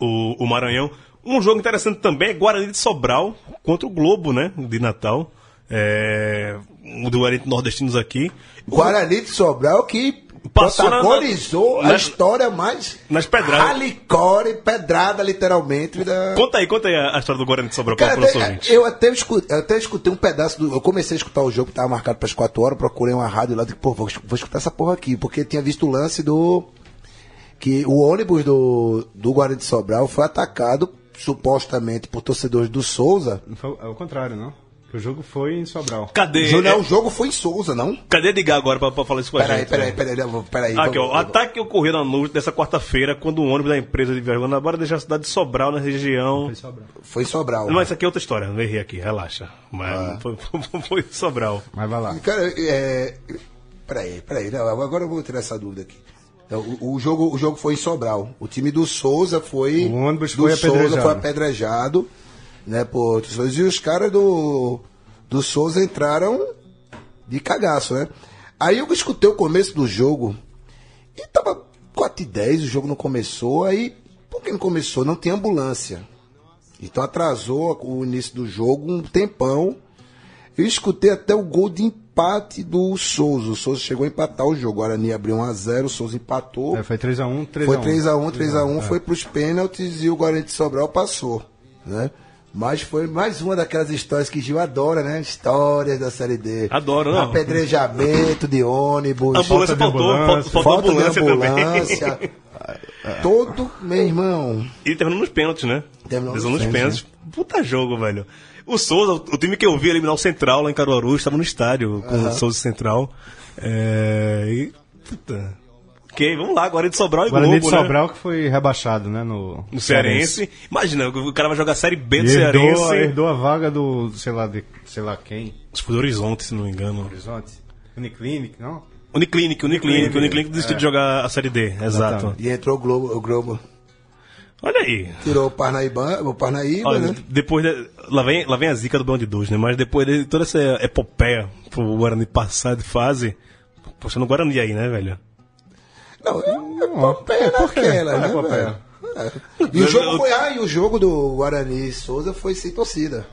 [SPEAKER 2] o, o Maranhão. Um jogo interessante também é Guarani de Sobral contra o Globo, né? De Natal. É, um duelo entre nordestinos aqui.
[SPEAKER 4] Guarani de Sobral que
[SPEAKER 2] Passou na-
[SPEAKER 4] protagonizou
[SPEAKER 2] na-
[SPEAKER 4] a história mais
[SPEAKER 2] Nas pedradas.
[SPEAKER 4] ralicore, pedrada literalmente da
[SPEAKER 2] Conta aí, conta aí a a história do Guarani de Sobral para
[SPEAKER 4] Cara,
[SPEAKER 2] o nosso
[SPEAKER 4] até-
[SPEAKER 2] ouvinte.
[SPEAKER 4] eu, até escu- eu até escutei um pedaço do. Eu comecei a escutar o jogo que tava marcado para as 4 horas, procurei uma rádio lá, digo, pô, vou, es- vou escutar essa porra aqui, porque eu tinha visto o lance do. Que o ônibus do, do Guarani de Sobral foi atacado, supostamente, por torcedores do Souza.
[SPEAKER 3] Não foi- É o contrário, não? Que o jogo foi em Sobral.
[SPEAKER 2] Cadê? é,
[SPEAKER 4] Ju- não, o jogo foi em Souza, não?
[SPEAKER 2] Cadê ligar agora pra, pra falar isso com a
[SPEAKER 4] Peraí,
[SPEAKER 2] gente?
[SPEAKER 4] peraí,
[SPEAKER 2] né?
[SPEAKER 4] peraí, eu vou- peraí.
[SPEAKER 2] Aqui, ó. O
[SPEAKER 4] vamos-
[SPEAKER 2] ataque ocorreu na noite dessa quarta-feira, quando um ônibus da empresa de Vergonha Barra deixou a cidade de Sobral na região.
[SPEAKER 4] Foi em Sobral.
[SPEAKER 2] Não, isso aqui é outra história, não errei aqui, relaxa. Mas
[SPEAKER 4] Ah.
[SPEAKER 2] foi, foi- foi Sobral.
[SPEAKER 3] Mas vai lá.
[SPEAKER 4] Cara, é. Peraí, peraí. Não, agora eu vou tirar essa dúvida aqui. Então, O, o jogo, o jogo foi em Sobral. O time do Souza foi.
[SPEAKER 3] O ônibus
[SPEAKER 4] do
[SPEAKER 3] foi
[SPEAKER 4] Souza
[SPEAKER 3] apedrejado.
[SPEAKER 4] foi apedrejado. Né, por outros dois. E os caras do, do Souza entraram de cagaço, né? Aí eu escutei o começo do jogo. E tava 4 e 10, o jogo não começou. Aí, por que não começou? Não tem ambulância. Então atrasou o início do jogo um tempão. Eu escutei até o gol de empate do Souza. O Souza chegou a empatar o jogo. O Guarani abriu 1x0, o Souza empatou.
[SPEAKER 3] É, foi 3x1, 3x1.
[SPEAKER 4] Foi 3x1, 3x1, foi pros pênaltis e o Guarani de Sobral passou, né? Mas foi mais uma daquelas histórias que Gil adora, né? Histórias da Série D.
[SPEAKER 2] Adoro, não.
[SPEAKER 4] Apedrejamento de ônibus.
[SPEAKER 2] Ambulância
[SPEAKER 3] de
[SPEAKER 2] faltou,
[SPEAKER 3] ambulância,
[SPEAKER 2] faltou,
[SPEAKER 4] falta
[SPEAKER 2] ambulância,
[SPEAKER 4] de
[SPEAKER 2] também.
[SPEAKER 4] ambulância. Todo, meu irmão...
[SPEAKER 2] E terminou nos pênaltis, né?
[SPEAKER 4] Terminou nos
[SPEAKER 2] nos pênaltis. Puta jogo, velho. O Souza, o time que eu vi eliminar o Central lá em Caruaru, estava no estádio com o Souza e Central. É... E... Puta. Ok, vamos lá, Guarani de Sobral e
[SPEAKER 3] Guarani
[SPEAKER 2] Globo,
[SPEAKER 3] de
[SPEAKER 2] né?
[SPEAKER 3] Sobral que foi rebaixado, né? No,
[SPEAKER 2] No Cearense. Imagina, o cara vai jogar a Série B do
[SPEAKER 3] E herdou,
[SPEAKER 2] Cearense.
[SPEAKER 3] herdou a vaga do, sei lá, de, sei lá quem.
[SPEAKER 2] Acho que foi do Horizonte, se não me engano.
[SPEAKER 3] Horizonte? Uniclinic, não?
[SPEAKER 2] Uniclinic, Uniclinic, é. Uniclinic desistiu de jogar a Série D, exato.
[SPEAKER 4] E entrou o Globo, o Globo
[SPEAKER 2] Olha aí,
[SPEAKER 4] tirou o Parnaíba, o Parnaíba,
[SPEAKER 2] Olha,
[SPEAKER 4] né?
[SPEAKER 2] depois da- lá, vem, lá vem a zica do Bão de Dois, né? Mas depois de toda essa epopeia pro Guarani passar de fase, poxa, no Guarani aí, né, velho?
[SPEAKER 4] Não, é, é Pompeia naquela, né, velho? É. E o jogo foi, ah, e o jogo do Guarani e Souza foi sem torcida.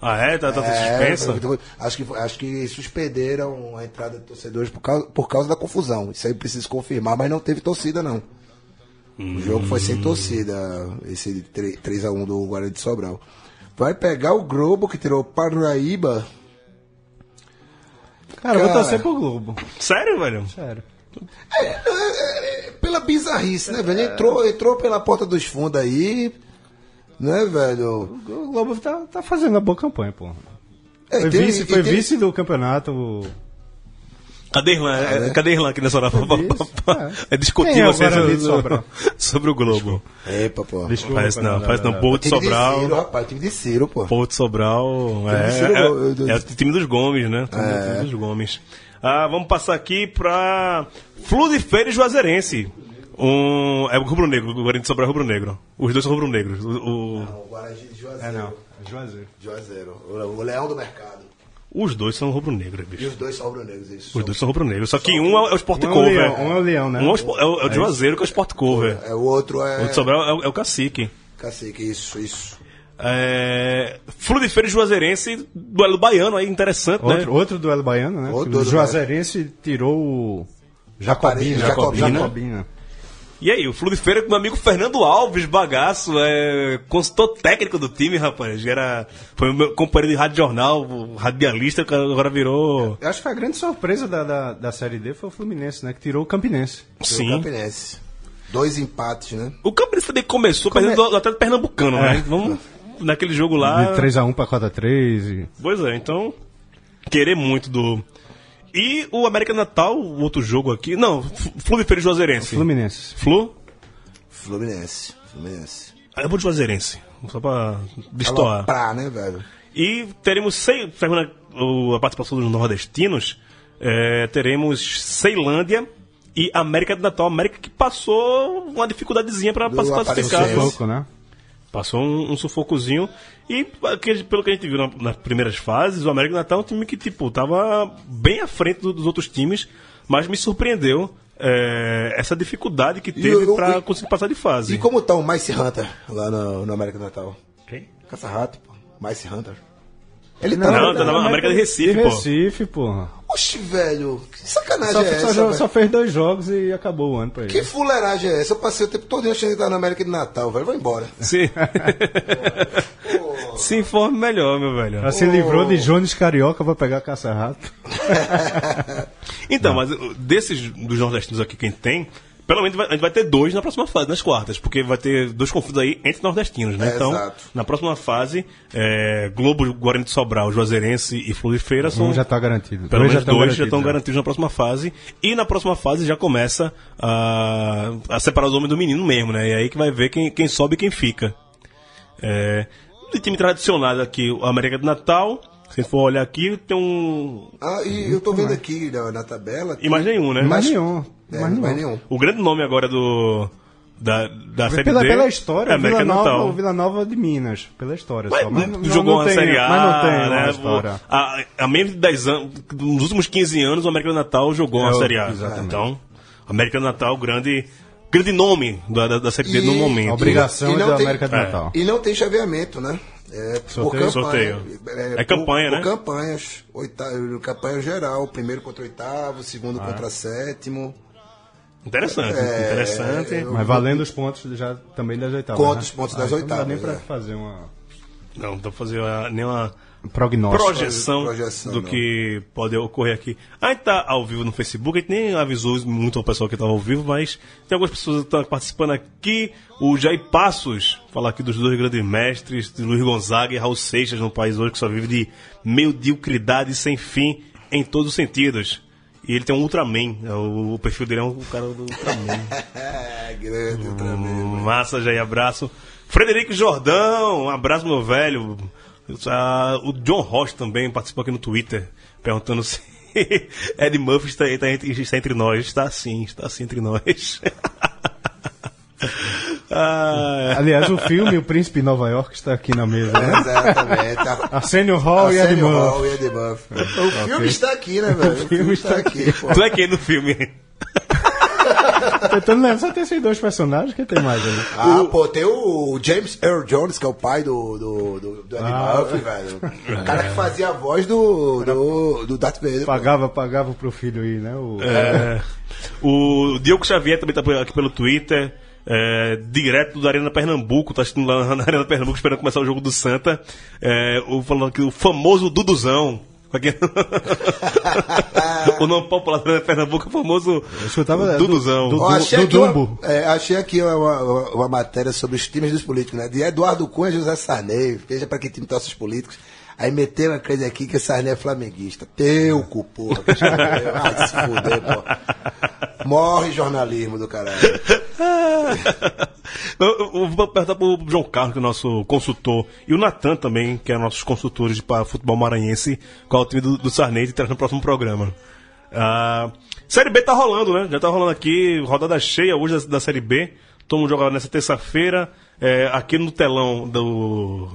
[SPEAKER 2] Ah, é? Tá, tá
[SPEAKER 4] É,
[SPEAKER 2] suspenso?
[SPEAKER 4] foi- acho que, foi- acho que suspenderam a entrada de torcedores por causa, por causa da confusão. Isso aí eu preciso confirmar, mas não teve torcida, não. O jogo foi sem torcida, esse 3x1 do Guarani de Sobral. Vai pegar o Globo que tirou o Parnaíba.
[SPEAKER 3] Cara, eu vou
[SPEAKER 4] Cara.
[SPEAKER 3] torcer pro Globo.
[SPEAKER 2] Sério, velho?
[SPEAKER 3] Sério.
[SPEAKER 4] é pela bizarrice, né, velho? Entrou, entrou pela porta dos fundos aí, né, velho?
[SPEAKER 3] O Globo tá, tá fazendo uma boa campanha, pô.
[SPEAKER 4] É,
[SPEAKER 3] Foi
[SPEAKER 4] teve-
[SPEAKER 3] vice,
[SPEAKER 4] e
[SPEAKER 3] foi
[SPEAKER 4] teve-
[SPEAKER 3] vice do campeonato.
[SPEAKER 2] Cadê Irlan? É, Cadê Irlan aqui nessa hora? É discutir
[SPEAKER 3] Quem é o
[SPEAKER 2] vocês
[SPEAKER 3] Guarani de
[SPEAKER 2] sobre,
[SPEAKER 3] Sobral?
[SPEAKER 2] sobre o Globo.
[SPEAKER 4] Epa, pô.
[SPEAKER 2] Parece não, parece não. Povo de
[SPEAKER 4] Time de Ciro,
[SPEAKER 2] Sobral.
[SPEAKER 4] rapaz. Time de Ciro, pô.
[SPEAKER 2] Povo de Sobral.
[SPEAKER 4] de Ciro, eu-
[SPEAKER 2] É,
[SPEAKER 4] eu-
[SPEAKER 2] é, é o time dos Gomes, né? Time,
[SPEAKER 3] É.
[SPEAKER 2] do- time dos Gomes. Ah, vamos passar aqui pra Flu de Feira e Juazeirense. Um, é o rubro-negro, o Guarani de Sobral é rubro-negro. Os dois são rubro-negros. O- o-
[SPEAKER 4] O Guarani de Juazeiro.
[SPEAKER 3] É, não. Juazeiro.
[SPEAKER 4] Juazeiro. O, o leão do mercado.
[SPEAKER 2] os dois são rubro-negros, bicho.
[SPEAKER 4] E os dois são rubro-negros, eles
[SPEAKER 2] Os
[SPEAKER 4] são-
[SPEAKER 2] dois são rubro-negros. Só que um é o Sport
[SPEAKER 3] Um é o
[SPEAKER 2] Cover.
[SPEAKER 3] leão, um é o leão, né?
[SPEAKER 2] Um é o, Spo- é o- é o de Juazeiro que é o Sport Cover.
[SPEAKER 4] É, o outro é...
[SPEAKER 2] O de Sobral é o, é o Cacique.
[SPEAKER 4] Cacique, isso, isso.
[SPEAKER 2] É... Flu de Feira e Juazeirense, duelo baiano aí, interessante, né?
[SPEAKER 3] Outro, outro duelo baiano, né?
[SPEAKER 4] Outro
[SPEAKER 3] o
[SPEAKER 4] duelo
[SPEAKER 3] Juazeirense tirou o. Jacobina.
[SPEAKER 4] Jacobina.
[SPEAKER 3] Jacobina.
[SPEAKER 2] E aí, o Flu de Feira com meu amigo Fernando Alves Bagaço, é consultor técnico do time, rapaz. Era... Foi o meu companheiro de rádio jornal, o radialista, que agora virou...
[SPEAKER 3] Eu acho que foi a grande surpresa da, da, da Série D foi o Fluminense, né? Que tirou o Campinense.
[SPEAKER 4] O
[SPEAKER 2] Sim.
[SPEAKER 4] Campinense. Dois empates, né?
[SPEAKER 2] O Campinense também começou perdendo do- até do Pernambucano,
[SPEAKER 3] É.
[SPEAKER 2] né? Vamos naquele jogo lá...
[SPEAKER 3] De 3x1 pra 4x3.
[SPEAKER 2] Pois é, então. Querer muito do. E o América Natal, o outro jogo aqui. Não, F- Flu de Feira e Juazeirense.
[SPEAKER 3] Fluminense.
[SPEAKER 2] Flu?
[SPEAKER 4] Fluminense. Fluminense.
[SPEAKER 2] Ah, Eu vou de Juazeirense. Só pra destoar.
[SPEAKER 4] Aloprar, né, velho?
[SPEAKER 2] E teremos seis. Terminando o- a participação dos nordestinos, é, teremos Ceilândia e América do Natal. América que passou uma dificuldadezinha pra pra se classificar.
[SPEAKER 4] Aparecidense.
[SPEAKER 3] Pouco, né?
[SPEAKER 2] Passou um, um sufocozinho. E aquele- pelo que a gente viu na- nas primeiras fases, o América do Natal é um time que, tipo, tava bem à frente do- dos outros times, mas me surpreendeu é, essa dificuldade que teve
[SPEAKER 4] eu-
[SPEAKER 2] pra
[SPEAKER 4] e-
[SPEAKER 2] conseguir passar de fase.
[SPEAKER 4] E como tá o Mice Hunter lá no, no América do Natal?
[SPEAKER 2] Quem?
[SPEAKER 4] Caça-rato, pô. Mice Hunter. Ele tá...
[SPEAKER 2] Não, tá na América de Recife, pô.
[SPEAKER 3] Recife, porra.
[SPEAKER 4] Oxi, velho. Que sacanagem
[SPEAKER 3] Só,
[SPEAKER 4] é
[SPEAKER 3] só
[SPEAKER 4] essa,
[SPEAKER 3] jo-
[SPEAKER 4] velho?
[SPEAKER 3] só fez dois jogos e acabou o ano pra ele.
[SPEAKER 4] Que fuleiragem é essa? Eu passei o tempo todo achando que tá na América de Natal, velho. Vai embora.
[SPEAKER 2] Se... Se informe melhor, meu velho.
[SPEAKER 3] Ela se livrou de Jones Carioca pra pegar caça-rato.
[SPEAKER 2] Então, mas uh, desses dos nordestinos aqui quem tem, pelo menos vai- a gente vai ter dois na próxima fase, nas quartas, porque vai ter dois confrontos aí entre nordestinos, né?
[SPEAKER 4] É,
[SPEAKER 2] então,
[SPEAKER 4] exato.
[SPEAKER 2] na próxima fase, é, Globo, Guarani de Sobral, Juazeirense e Flor de Feira são
[SPEAKER 3] Um já tá garantido.
[SPEAKER 2] pelo menos
[SPEAKER 3] tão
[SPEAKER 2] dois já estão
[SPEAKER 3] né?
[SPEAKER 2] garantidos na próxima fase. E na próxima fase já começa a, a separar os homens do menino mesmo, né? E aí que vai ver quem, quem sobe e quem fica. É, de time tradicional aqui, o América do Natal. Se a gente for olhar aqui, tem um.
[SPEAKER 4] Ah, e eu tô vendo aqui na, na tabela.
[SPEAKER 2] E mais nenhum, né?
[SPEAKER 3] Mais nenhum.
[SPEAKER 4] É,
[SPEAKER 3] mais
[SPEAKER 4] não vai
[SPEAKER 3] nenhum.
[SPEAKER 4] nenhum.
[SPEAKER 2] O grande nome agora do. Da, da série
[SPEAKER 3] Pela,
[SPEAKER 2] D.
[SPEAKER 3] pela história,
[SPEAKER 2] é
[SPEAKER 3] o Vila,
[SPEAKER 2] América do
[SPEAKER 3] Nova, o
[SPEAKER 2] Natal.
[SPEAKER 3] Vila Nova de Minas. Pela história
[SPEAKER 2] Mas
[SPEAKER 3] só.
[SPEAKER 2] não-
[SPEAKER 3] não-
[SPEAKER 2] jogou
[SPEAKER 3] não
[SPEAKER 2] uma
[SPEAKER 3] tem-
[SPEAKER 2] série A,
[SPEAKER 3] Mas não tem uma
[SPEAKER 2] né?
[SPEAKER 3] história.
[SPEAKER 2] A, a menos de 10 anos, nos últimos 15 anos, o América do Natal jogou uma
[SPEAKER 3] É,
[SPEAKER 2] série A.
[SPEAKER 3] exatamente.
[SPEAKER 2] Então, o América do Natal, grande, grande nome da, da, da série D
[SPEAKER 4] E-
[SPEAKER 2] no momento.
[SPEAKER 3] A obrigação
[SPEAKER 4] E
[SPEAKER 3] é
[SPEAKER 4] não
[SPEAKER 3] da
[SPEAKER 4] tem-
[SPEAKER 3] América do
[SPEAKER 2] é.
[SPEAKER 3] Natal.
[SPEAKER 4] E não tem chaveamento, né? É por
[SPEAKER 3] Sorteio?
[SPEAKER 4] campanha.
[SPEAKER 2] Sorteio. É
[SPEAKER 4] por-
[SPEAKER 2] campanha,
[SPEAKER 4] por
[SPEAKER 2] né?
[SPEAKER 4] campanhas. Oita... Campanha geral. Primeiro contra oitavo, segundo contra sétimo.
[SPEAKER 2] Interessante,
[SPEAKER 4] É,
[SPEAKER 2] interessante.
[SPEAKER 4] eu-
[SPEAKER 3] Mas valendo os pontos já, também das oitavas.
[SPEAKER 4] Conta
[SPEAKER 3] né?
[SPEAKER 4] os pontos das
[SPEAKER 3] então Não
[SPEAKER 4] oitavas,
[SPEAKER 3] dá nem pra
[SPEAKER 4] é.
[SPEAKER 3] fazer uma
[SPEAKER 2] Não, não dá pra fazer ah, nenhuma
[SPEAKER 3] um prognóstico.
[SPEAKER 2] projeção,
[SPEAKER 4] projeção,
[SPEAKER 2] do
[SPEAKER 4] não.
[SPEAKER 2] que pode ocorrer aqui. A gente tá ao vivo no Facebook, a gente nem avisou muito ao pessoal que estava ao vivo, mas tem algumas pessoas que estão participando aqui. O Jair Passos, falar aqui dos dois grandes mestres, de Luiz Gonzaga e Raul Seixas, no país hoje que só vive de mediocridade sem fim em todos os sentidos. E ele tem um Ultraman, é, o o perfil dele é um cara do Ultraman.
[SPEAKER 4] É, grande outra vez.
[SPEAKER 2] Massa, Jair, abraço. Frederico Jordão, um abraço, meu velho. Ah, o John Ross também participou aqui no Twitter, perguntando se Ed Murphy está, está entre, está entre nós. Está sim, está sim entre nós. ah,
[SPEAKER 3] Aliás, o filme O Príncipe em Nova York está aqui na mesa, né?
[SPEAKER 4] Exatamente. A-
[SPEAKER 3] Arsenio Hall e
[SPEAKER 4] É. Arsenio
[SPEAKER 3] Edmundo.
[SPEAKER 4] Hall e Ed Murphy. O filme está aqui, né, velho? O filme está aqui, pô.
[SPEAKER 2] tu é quem no filme?
[SPEAKER 3] Tentando lembrar, só tem esses dois personagens, que tem mais ali?
[SPEAKER 4] Ah, pô, tem o James Earl Jones, que é o pai do, do, do, do Eddie Murphy, velho. O cara que fazia a voz do, do, do Darth Vader. pô.
[SPEAKER 3] Pagava, pagava pro filho ir, né? O...
[SPEAKER 2] É, o Diogo Xavier também está aqui pelo Twitter. é, direto da Arena Pernambuco, tá assistindo lá na Arena Pernambuco esperando começar o jogo do Santa. É, o, falando aqui, o famoso Duduzão. Aqui- o nome popular da Arena Pernambuco é o famoso
[SPEAKER 3] escutava-
[SPEAKER 2] Duduzão.
[SPEAKER 3] Du-
[SPEAKER 4] Ó,
[SPEAKER 3] Du-
[SPEAKER 4] achei,
[SPEAKER 3] do
[SPEAKER 4] aqui uma,
[SPEAKER 3] Dumbo.
[SPEAKER 4] é, achei aqui uma, uma- uma matéria sobre os times dos políticos, né? De Eduardo Cunha e José Sarney. Veja pra que time torcem os políticos. Aí meteu uma coisa aqui que Sarney é flamenguista. Teu cu, porra. bicho. Vai é- Ah, se fuder, pô. Morre jornalismo do caralho.
[SPEAKER 2] Eu, eu- eu vou perguntar pro João Carlos, que é o nosso consultor, e o Natan também, que é nossos consultores para futebol maranhense, qual é o time do, do Sarney e traz no próximo programa. Ah, série B tá rolando, né? Já tá rolando aqui, rodada cheia hoje da, da Série B. Todo mundo joga nessa terça-feira, é, aqui no telão do.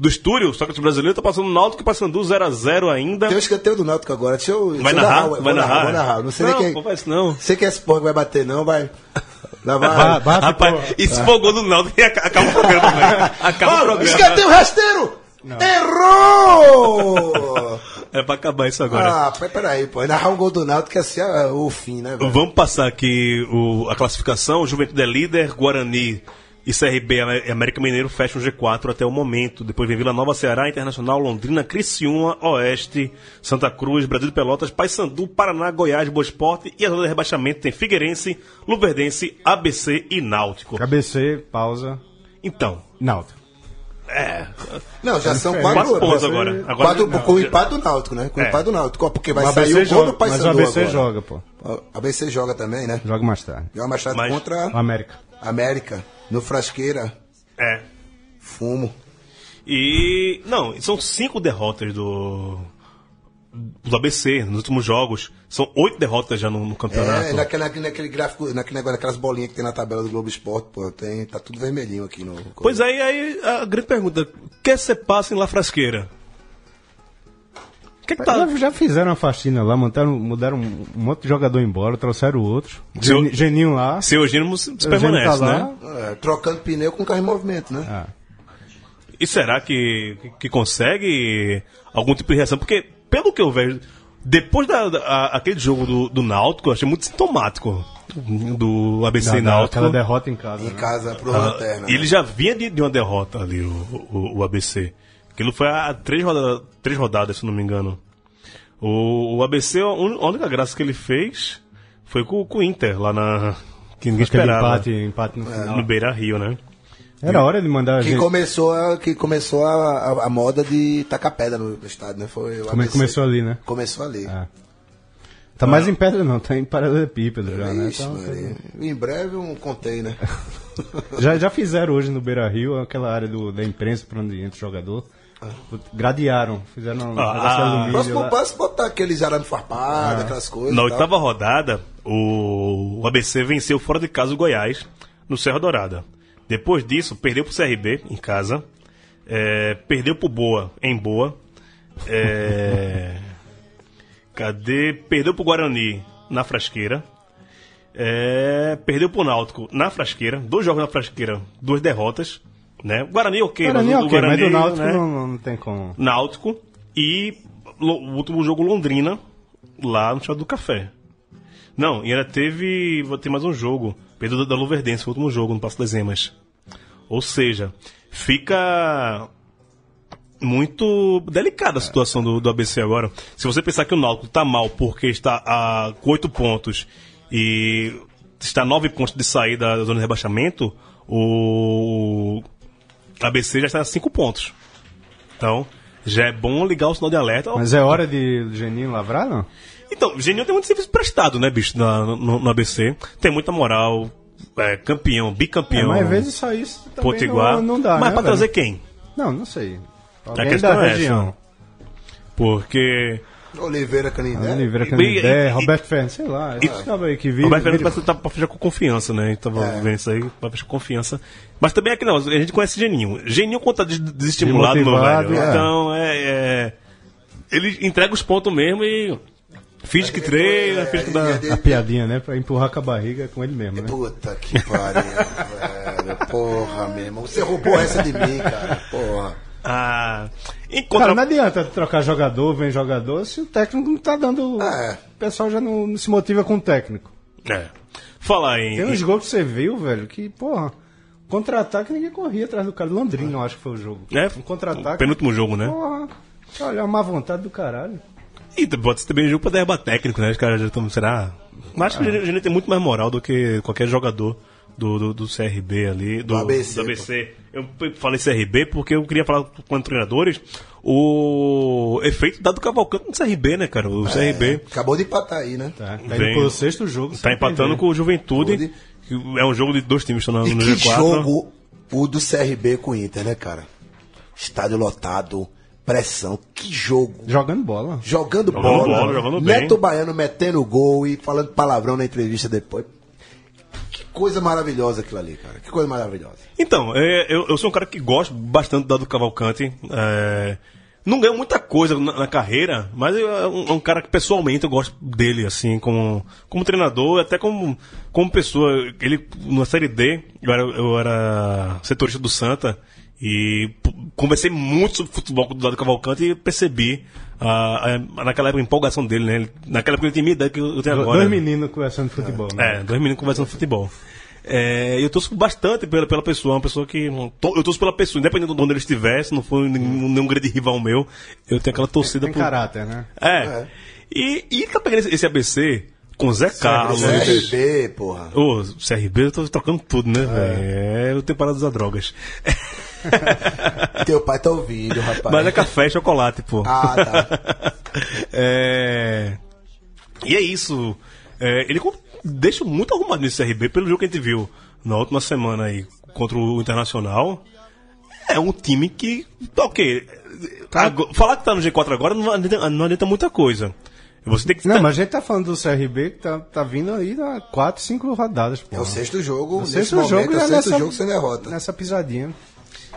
[SPEAKER 2] Do estúdio, só que o brasileiro tá passando Náutico e Paysandu 0x0 ainda.
[SPEAKER 4] Tem um escanteio do Náutico agora. Deixa eu. deixa
[SPEAKER 2] Vai
[SPEAKER 4] eu
[SPEAKER 2] narrar,
[SPEAKER 4] ué.
[SPEAKER 2] vai
[SPEAKER 4] Vou
[SPEAKER 2] narrar.
[SPEAKER 4] Vou narrar. Não sei
[SPEAKER 2] Não,
[SPEAKER 4] nem
[SPEAKER 2] pô,
[SPEAKER 4] quem.
[SPEAKER 2] faz não.
[SPEAKER 4] Sei que esse porra que vai bater, não, vai. Lá vai.
[SPEAKER 2] Rapaz, esfogou do Náutico e aca- acaba o programa, né? velho. É. Acaba o programa.
[SPEAKER 4] Escanteio rasteiro! Errou!
[SPEAKER 2] É pra acabar isso agora.
[SPEAKER 4] ah, pera- peraí, pô. Narrar um gol do Náutico é assim, é o fim, né, velho?
[SPEAKER 2] Vamos passar aqui o- a classificação. Juventude é líder, Guarani e CRB e América Mineiro fecham o G4 até o momento. Depois vem Vila Nova, Ceará, Internacional, Londrina, Criciúma, Oeste, Santa Cruz, Brasil de Pelotas, Paysandu, Paraná, Goiás, Boa Esporte e a zona de rebaixamento tem Figueirense, Luverdense, ABC e Náutico.
[SPEAKER 3] KBC, pausa.
[SPEAKER 2] Então,
[SPEAKER 3] Náutico.
[SPEAKER 4] Não, já são quatro,
[SPEAKER 2] É, quatro pontos
[SPEAKER 4] já-
[SPEAKER 2] agora. agora
[SPEAKER 4] Quatro,
[SPEAKER 2] não.
[SPEAKER 4] com o empate do Náutico, né? Com o
[SPEAKER 2] É.
[SPEAKER 4] empate do Náutico. ó, Porque vai
[SPEAKER 3] o
[SPEAKER 4] sair o
[SPEAKER 3] ABC
[SPEAKER 4] gol do
[SPEAKER 3] joga, mas o
[SPEAKER 4] Paysandu
[SPEAKER 3] ABC
[SPEAKER 4] agora.
[SPEAKER 3] joga, pô.
[SPEAKER 4] O ABC joga também, né?
[SPEAKER 3] Joga mais tarde.
[SPEAKER 4] Joga mais tarde
[SPEAKER 2] Mas-
[SPEAKER 4] contra
[SPEAKER 3] O América.
[SPEAKER 4] América. No Frasqueira,
[SPEAKER 2] é.
[SPEAKER 4] fumo.
[SPEAKER 2] E. Não, são cinco derrotas do. Do ABC nos últimos jogos. São oito derrotas já no, no campeonato.
[SPEAKER 4] É, naquele, naquele, naquele gráfico, naquele negócio, naquelas bolinhas que tem na tabela do Globo Esporte, pô, tem, tá tudo vermelhinho aqui no.
[SPEAKER 2] Pois aí, aí a grande pergunta: quer ser passa em La Frasqueira? O que, que tá.
[SPEAKER 3] Já, já fizeram uma faxina lá, mandaram, mudaram um monte de jogador embora, trouxeram outro.
[SPEAKER 2] Seu-
[SPEAKER 3] Geni- Geninho lá.
[SPEAKER 2] Seu Eugênio se se
[SPEAKER 3] Eugênio
[SPEAKER 2] permanece,
[SPEAKER 3] tá lá.
[SPEAKER 2] né?
[SPEAKER 4] É, trocando pneu com carro em movimento, né?
[SPEAKER 2] E será que, que consegue algum tipo de reação? Porque, pelo que eu vejo, depois da, da- a- aquele jogo do, do Náutico, eu achei muito sintomático do ABC
[SPEAKER 3] Da- da-
[SPEAKER 2] Náutico.
[SPEAKER 3] Aquela derrota em casa.
[SPEAKER 4] Em
[SPEAKER 3] né?
[SPEAKER 4] casa, pro
[SPEAKER 2] Ah,
[SPEAKER 4] Lanterna. né?
[SPEAKER 2] e ele já vinha de, de uma derrota ali, o, o- o ABC. Aquilo foi a três, roda, três rodadas, se não me engano. O, o ABC, a un- a única graça que ele fez foi com, com o Inter, lá na. Que ninguém
[SPEAKER 3] Aquele
[SPEAKER 2] esperava.
[SPEAKER 3] é empate, empate
[SPEAKER 4] É,
[SPEAKER 3] no final.
[SPEAKER 2] No Beira Rio, né?
[SPEAKER 3] Era hora de mandar a
[SPEAKER 4] Que
[SPEAKER 3] gente.
[SPEAKER 4] começou, a, que começou a, a, a moda de tacar pedra no, no estádio, né? Foi o
[SPEAKER 3] Come-
[SPEAKER 4] ABC.
[SPEAKER 3] começou ali, né?
[SPEAKER 4] Começou ali.
[SPEAKER 3] É. Tá mais em pedra não, tá em paralelepípedo já, né?
[SPEAKER 4] Ah. Ixi,
[SPEAKER 3] Então,
[SPEAKER 4] Maria. Em breve um contei, né?
[SPEAKER 3] já, já fizeram hoje no Beira Rio, aquela área do- da imprensa pra onde entra o jogador. Gradearam, fizeram um
[SPEAKER 2] Ah,
[SPEAKER 3] negócio de alumínio
[SPEAKER 4] Ah. Próximo
[SPEAKER 3] lá. Ah.
[SPEAKER 4] passo, é botar aqueles arame farpado, aquelas coisas.
[SPEAKER 2] Na
[SPEAKER 4] e tal.
[SPEAKER 2] oitava rodada, o, o ABC venceu fora de casa o Goiás, no Serra Dourada. Depois disso, perdeu pro CRB em casa, é, perdeu pro Boa em Boa. é, cadê? Perdeu pro Guarani na Frasqueira. é, perdeu pro Náutico na Frasqueira. Dois jogos na Frasqueira, duas derrotas. Né? Guarani ok,
[SPEAKER 3] Guarani, é
[SPEAKER 2] mas o-
[SPEAKER 3] ok,
[SPEAKER 2] o
[SPEAKER 3] mas
[SPEAKER 2] Guarani
[SPEAKER 3] do Náutico
[SPEAKER 2] né?
[SPEAKER 3] não, não tem como.
[SPEAKER 2] Náutico e lo- o último jogo Londrina, lá no Estado do Café. Não, e ainda teve. Vai ter mais um jogo. Pedro da- da Luverdense, o último jogo no Passo das Emas. Ou seja, fica muito delicada a situação do, do ABC agora. Se você pensar que o Náutico está mal porque está a com oito pontos e está a nove pontos de sair da zona de rebaixamento, o ABC já está a cinco pontos. Então, já é bom ligar o sinal de alerta.
[SPEAKER 3] Mas é hora de Geninho lavrar, não? É,
[SPEAKER 2] Então, o Geninho tem muito serviço prestado, né, bicho, na, no, no ABC. Tem muita moral, é, campeão,
[SPEAKER 3] É,
[SPEAKER 2] bicampeão.
[SPEAKER 3] mas às vezes só isso também
[SPEAKER 2] Potiguar.
[SPEAKER 3] Não, não dá,
[SPEAKER 2] mas
[SPEAKER 3] né,
[SPEAKER 2] pra
[SPEAKER 3] velho?
[SPEAKER 2] trazer quem?
[SPEAKER 3] Não, não sei.
[SPEAKER 2] A
[SPEAKER 3] Alguém
[SPEAKER 2] questão
[SPEAKER 3] da
[SPEAKER 2] é essa.
[SPEAKER 3] região.
[SPEAKER 2] Porque.
[SPEAKER 4] Oliveira Canindé.
[SPEAKER 3] Ah, Oliveira
[SPEAKER 2] É, E- e-
[SPEAKER 3] Canindé, Roberto Fernandes, sei lá. Esses cabos aí que vive.
[SPEAKER 2] Roberto Fernandes parece que tá pra fechar com confiança, né? A gente tava
[SPEAKER 3] É.
[SPEAKER 2] vendo isso aí, pra fechar com confiança. Mas também é que não, a gente conhece Geninho. Geninho, quando tá des- desestimulado, meu
[SPEAKER 3] Desmotivado,
[SPEAKER 2] velho.
[SPEAKER 3] é.
[SPEAKER 2] Então, é, é- Ele entrega os pontos mesmo e. Finge que
[SPEAKER 4] É,
[SPEAKER 2] treina, finge que dá.
[SPEAKER 3] A piadinha, né? Pra empurrar com a barriga com ele mesmo, né?
[SPEAKER 4] Puta que pariu, velho. Porra, meu irmão. Você roubou essa de mim, cara. Porra.
[SPEAKER 2] Ah, em
[SPEAKER 3] Cara,
[SPEAKER 2] contra-
[SPEAKER 3] não adianta trocar jogador, vem jogador, se o técnico não tá dando.
[SPEAKER 4] É.
[SPEAKER 3] O pessoal já não, não se motiva com o técnico.
[SPEAKER 2] É. Falar em.
[SPEAKER 3] Tem uns gols que você viu, velho, que, porra, contra-ataque ninguém corria atrás do cara. Londrina, eu acho que foi o jogo.
[SPEAKER 2] É,
[SPEAKER 3] um contra-ataque.
[SPEAKER 2] Penúltimo jogo, né?
[SPEAKER 3] Porra. Olha, a má vontade do caralho.
[SPEAKER 2] E pode ser também jogo pra derrubar técnico, né? Os caras já estão. Será? Mas acho que o Gene tem muito mais moral do que qualquer jogador do, do, do CRB ali. Do,
[SPEAKER 4] ABC,
[SPEAKER 2] do ABC. Eu p- falei CRB porque eu queria falar com os treinadores. o efeito dado Cavalcante no CRB, né, cara? O CRB
[SPEAKER 4] É, Acabou de empatar aí, né?
[SPEAKER 3] Tá, tá
[SPEAKER 2] Vem.
[SPEAKER 3] indo pro sexto
[SPEAKER 4] É,
[SPEAKER 3] jogo.
[SPEAKER 2] tá
[SPEAKER 3] sem
[SPEAKER 2] empatando
[SPEAKER 3] perder.
[SPEAKER 2] com o Juventude.
[SPEAKER 4] Juventude.
[SPEAKER 2] que É um jogo de dois times estão no
[SPEAKER 4] E
[SPEAKER 2] no
[SPEAKER 4] que
[SPEAKER 2] G4.
[SPEAKER 4] jogo o do CRB com o Inter, né, cara? Estádio lotado, pressão, que jogo.
[SPEAKER 3] Jogando bola.
[SPEAKER 4] Jogando, bola,
[SPEAKER 2] bola, jogando bem.
[SPEAKER 4] Neto Baiano metendo gol e falando palavrão na entrevista depois. Que coisa maravilhosa aquilo ali, cara. Que coisa maravilhosa.
[SPEAKER 2] Então, é, eu, eu sou um cara que gosta bastante do Dado Cavalcante. é, não ganhou muita coisa na, na carreira, mas eu- é um, é um cara que pessoalmente eu gosto dele, assim, como, como treinador, até como, como pessoa. Ele, na Série D, eu era, eu era setorista do Santa e p- conversei muito sobre futebol com o Dado Cavalcante e percebi, ah, ah, naquela época, a empolgação dele, né? Ele- Naquela época ele tinha minha idade que eu eu tenho
[SPEAKER 3] Do-
[SPEAKER 2] agora.
[SPEAKER 3] Dois meninos conversando de futebol. né?
[SPEAKER 2] né? É, dois meninos conversando futebol. É, eu torço bastante pela, pela pessoa, é uma pessoa que. to- Eu torço pela pessoa, independente de onde ele estivesse, se não for nenhum, nenhum grande rival meu, eu tenho aquela torcida
[SPEAKER 3] Tem caráter, né?
[SPEAKER 2] É. E, e tá pegando esse, esse ABC com Zé
[SPEAKER 3] Ah,
[SPEAKER 2] Carlos.
[SPEAKER 4] CRB, porra.
[SPEAKER 2] Ô, CRB, eu tô trocando tudo, né, velho? É, eu tenho parado das drogas.
[SPEAKER 4] Teu pai tá ouvindo, rapaz.
[SPEAKER 2] Mas é café e chocolate, pô.
[SPEAKER 4] Ah, tá.
[SPEAKER 2] É, E é isso. É, ele com- deixa muito arrumado nesse CRB pelo jogo que a gente viu na última semana aí contra o Internacional. É um time que. tá Ok. Ago- falar que tá no G4 agora não adianta, não adianta muita coisa. Você tem que.
[SPEAKER 3] Não, mas a gente tá falando do CRB que tá, tá vindo aí há quatro, cinco rodadas.
[SPEAKER 4] É o sexto jogo,
[SPEAKER 3] O
[SPEAKER 4] nesse
[SPEAKER 3] sexto
[SPEAKER 4] momento,
[SPEAKER 3] jogo
[SPEAKER 4] é o
[SPEAKER 3] já
[SPEAKER 4] sexto
[SPEAKER 3] nessa-
[SPEAKER 4] jogo sem derrota.
[SPEAKER 3] Nessa pisadinha.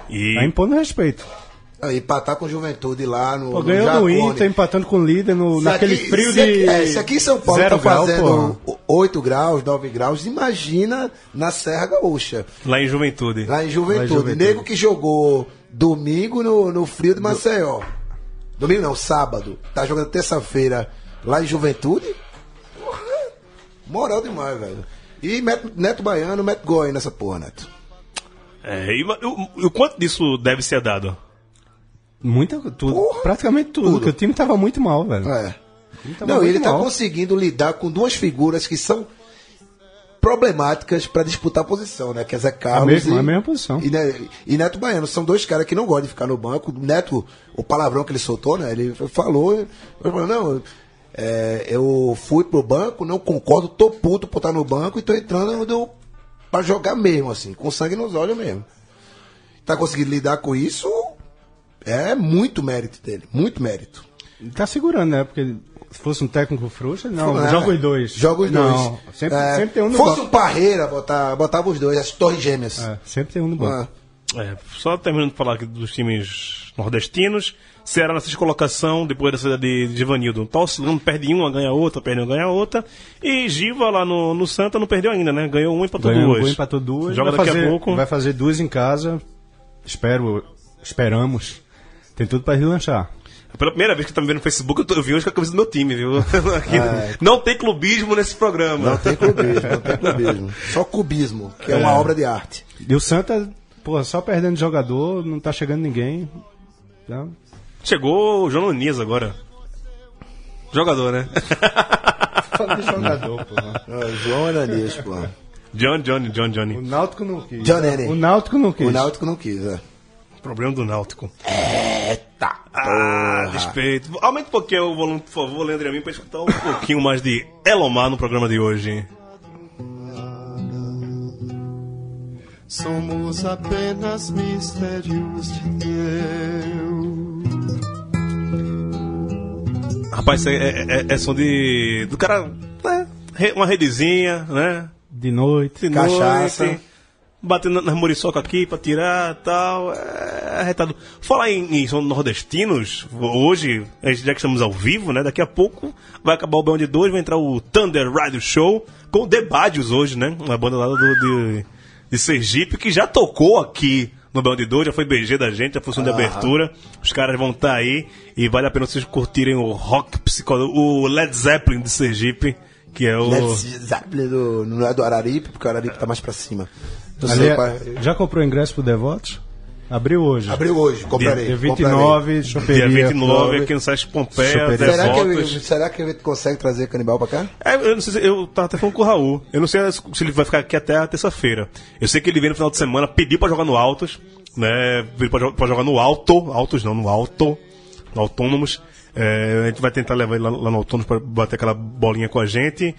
[SPEAKER 2] E-
[SPEAKER 3] Tá impondo respeito.
[SPEAKER 4] Ah, Empatar com Juventude lá no.
[SPEAKER 3] Pô,
[SPEAKER 4] no
[SPEAKER 3] ganhou do
[SPEAKER 4] Jacone.
[SPEAKER 3] Inter, empatando com o líder no,
[SPEAKER 4] Se
[SPEAKER 3] naquele
[SPEAKER 4] aqui-
[SPEAKER 3] frio
[SPEAKER 4] se aqui-
[SPEAKER 3] de.
[SPEAKER 4] É, se aqui em São Paulo
[SPEAKER 3] zero
[SPEAKER 4] tá
[SPEAKER 3] grau,
[SPEAKER 4] fazendo
[SPEAKER 3] pô.
[SPEAKER 4] o- 8 graus, 9 graus, imagina na Serra Gaúcha,
[SPEAKER 2] Lá em Juventude.
[SPEAKER 4] lá em Juventude.
[SPEAKER 3] Juventude.
[SPEAKER 4] Nego que jogou domingo no, no frio de Maceió. Domingo não, sábado. Tá jogando terça-feira lá em Juventude. Porra, Moral demais, velho. E Met- Neto Baiano, Neto Goy nessa porra, Neto.
[SPEAKER 2] É, e ma- e o- e o quanto disso deve ser dado?
[SPEAKER 3] Muita, tudo,
[SPEAKER 4] Porra.
[SPEAKER 3] praticamente tudo,
[SPEAKER 4] Tudo.
[SPEAKER 3] Porque o time tava muito mal, velho.
[SPEAKER 4] É.
[SPEAKER 3] Tava
[SPEAKER 4] Não,
[SPEAKER 3] Então, muito
[SPEAKER 4] ele tá
[SPEAKER 3] mal.
[SPEAKER 4] conseguindo lidar com duas figuras que são problemáticas pra disputar a posição, né? Que é Zé Carlos
[SPEAKER 3] mesma-
[SPEAKER 4] e,
[SPEAKER 3] a mesma posição.
[SPEAKER 4] E, Ne- e Neto Baiano. São dois caras que não gostam de ficar no banco. Neto, o palavrão que ele soltou, né? Ele falou, ele falou, não, é, eu fui pro banco, não concordo, tô puto por estar no banco e tô entrando no, pra jogar mesmo, assim, com sangue nos olhos mesmo. Tá conseguindo lidar com isso? É muito mérito dele, muito mérito.
[SPEAKER 3] Ele tá segurando, né? Porque se fosse um técnico frouxo, ele não.
[SPEAKER 4] É.
[SPEAKER 3] Joga os dois.
[SPEAKER 4] Joga os
[SPEAKER 3] Não,
[SPEAKER 4] dois.
[SPEAKER 3] Sempre,
[SPEAKER 4] É,
[SPEAKER 3] sempre tem um no
[SPEAKER 4] Fosse um
[SPEAKER 3] banco.
[SPEAKER 4] parreira, botar, botava os dois, as torres gêmeas.
[SPEAKER 3] É, sempre tem um no
[SPEAKER 4] Ah,
[SPEAKER 3] banco.
[SPEAKER 2] É, só terminando de falar aqui dos times nordestinos. Ceará na sexta colocação, depois da saída de, de Vanildo. Tá oscilando, perde uma, ganha outra, perde uma, ganha outra. E Giva lá no, no Santa não perdeu ainda, né? Ganhou um e empatou
[SPEAKER 3] Ganhou um
[SPEAKER 2] duas.
[SPEAKER 3] gol, empatou duas.
[SPEAKER 2] Joga
[SPEAKER 3] vai
[SPEAKER 2] daqui
[SPEAKER 3] fazer,
[SPEAKER 2] a pouco.
[SPEAKER 3] Vai fazer duas em casa. Espero, esperamos. Tem tudo pra relanchar.
[SPEAKER 2] Pela primeira vez que tá me vendo no Facebook, eu, tô- eu vi hoje com a camisa do meu time, viu? Aqui,
[SPEAKER 3] Ah, é.
[SPEAKER 2] Não tem clubismo nesse programa.
[SPEAKER 4] Não tem clubismo, não tem clubismo. Só cubismo, que é, uma obra de arte.
[SPEAKER 3] E o Santa, porra, só perdendo jogador, não tá chegando ninguém. Então,
[SPEAKER 2] Chegou o João Nunes agora. Jogador, né?
[SPEAKER 3] falando de jogador, porra.
[SPEAKER 4] Ah, João Ananias, pô.
[SPEAKER 2] John, Johnny, John,
[SPEAKER 3] O
[SPEAKER 2] Johnny.
[SPEAKER 3] Náutico não quis.
[SPEAKER 4] John Henry.
[SPEAKER 3] O Náutico não quis.
[SPEAKER 4] O Náutico não quis, é.
[SPEAKER 2] Problema do Náutico.
[SPEAKER 4] Tá.
[SPEAKER 2] Ah, despeito. Aumenta um pouquinho o volume, por favor, Leandro e a mim, pra escutar um pouquinho mais de Elomar no programa de hoje.
[SPEAKER 1] Somos apenas mistérios de Deus.
[SPEAKER 2] Rapaz, isso aí é, é, é som de. do cara. né? Re- Uma redezinha, né?
[SPEAKER 3] De noite.
[SPEAKER 2] De
[SPEAKER 4] Cachaça.
[SPEAKER 2] noite, batendo nas muriçoca aqui pra tirar e tal. É arretado. Falar em, em som nordestinos, hoje, a gente já que estamos ao vivo, né? Daqui a pouco vai acabar o Band de 2, vai entrar o Thunder Radio Show com o Debadios hoje, né? Uma banda lá do, de, de Sergipe que já tocou aqui. No Band de 2, já foi BG da gente, já foi som de abertura. Os caras vão estar aí e vale a pena vocês curtirem o rock psicodélico, o Led Zeppelin de Sergipe, que é o.
[SPEAKER 4] Led Zeppelin do- não é do Araripe, porque o Araripe tá mais pra cima. Não
[SPEAKER 3] Ali,
[SPEAKER 4] sei
[SPEAKER 3] é-
[SPEAKER 4] qual-
[SPEAKER 3] já comprou ingresso pro Devotos? Abriu hoje.
[SPEAKER 4] Abriu hoje, comprarei.
[SPEAKER 3] Dia
[SPEAKER 4] comprarei.
[SPEAKER 3] 29,
[SPEAKER 2] Dia
[SPEAKER 3] choperia.
[SPEAKER 2] 29, aqui no Sesc Pompeia,
[SPEAKER 3] Superia.
[SPEAKER 4] Será que, ele,
[SPEAKER 2] Devotos.
[SPEAKER 4] será que ele consegue trazer canibal pra cá?
[SPEAKER 2] É, eu não sei se, eu tava até falando com o Raul. Eu não sei se ele vai ficar aqui até a terça-feira. Eu sei que ele veio no final de semana, pediu pra jogar no Altos, né? Pediu pra, jo- pra jogar no Alto, Altos não, no Alto. Autônomos. É, a gente vai tentar levar ele lá, lá no Autônomos para bater aquela bolinha com a gente.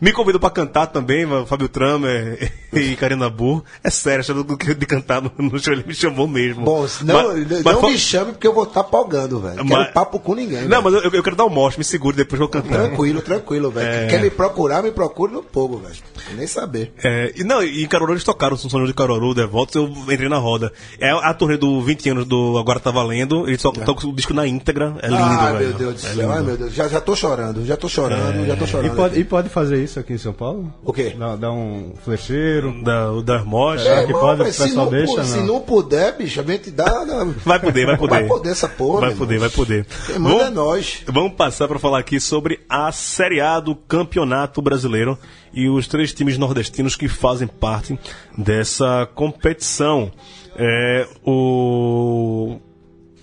[SPEAKER 2] Me convidou para cantar também, o Fábio Tramer e Karina Burr. É sério, achando do que de cantar no, no show, ele me chamou mesmo.
[SPEAKER 4] Bom, não,
[SPEAKER 2] Mas-
[SPEAKER 4] não
[SPEAKER 2] mas fa-
[SPEAKER 4] me chame porque eu vou estar palgando, velho. Não
[SPEAKER 2] Mas-
[SPEAKER 4] Quero papo com ninguém.
[SPEAKER 2] Não,
[SPEAKER 4] velho.
[SPEAKER 2] mas eu, eu quero dar um mostre, me segure depois que eu vou cantar.
[SPEAKER 4] Tranquilo, tranquilo, velho.
[SPEAKER 3] É.
[SPEAKER 4] Quer me procurar, me procure no povo, velho. Quer Nem saber.
[SPEAKER 2] É, e não, e em Caruaru eles tocaram o São de Caruaru, Devotos, eu entrei na roda. É a turnê do 20 anos do Agora Tá Valendo, eles só tocam o disco na íntegra, é lindo,
[SPEAKER 4] É. Ai,
[SPEAKER 2] velho.
[SPEAKER 4] meu Deus do
[SPEAKER 2] É
[SPEAKER 4] céu. Ai, meu Deus. Já, já tô chorando, já tô chorando, já tô
[SPEAKER 3] É. E
[SPEAKER 4] chorando.
[SPEAKER 3] pode, e pode fazer isso aqui em São Paulo?
[SPEAKER 4] O quê?
[SPEAKER 3] Dá, dá um flecheiro.
[SPEAKER 2] Da, o das Mostres.
[SPEAKER 4] É,
[SPEAKER 3] Será que
[SPEAKER 4] irmão,
[SPEAKER 3] pode? O
[SPEAKER 4] mas se,
[SPEAKER 3] pessoal
[SPEAKER 4] não,
[SPEAKER 3] deixa, né?
[SPEAKER 4] pu- se
[SPEAKER 3] não?
[SPEAKER 4] não puder, bicho, a gente dá. dá-
[SPEAKER 2] Vai poder, vai poder.
[SPEAKER 4] Vai poder essa porra.
[SPEAKER 2] Vai
[SPEAKER 4] meu
[SPEAKER 2] poder,
[SPEAKER 4] irmão.
[SPEAKER 2] vai poder.
[SPEAKER 4] Quem manda
[SPEAKER 2] Vamos-
[SPEAKER 4] é nós.
[SPEAKER 2] Vamos passar para falar aqui sobre a Série A do Campeonato Brasileiro e os três times nordestinos que fazem parte dessa competição. É, o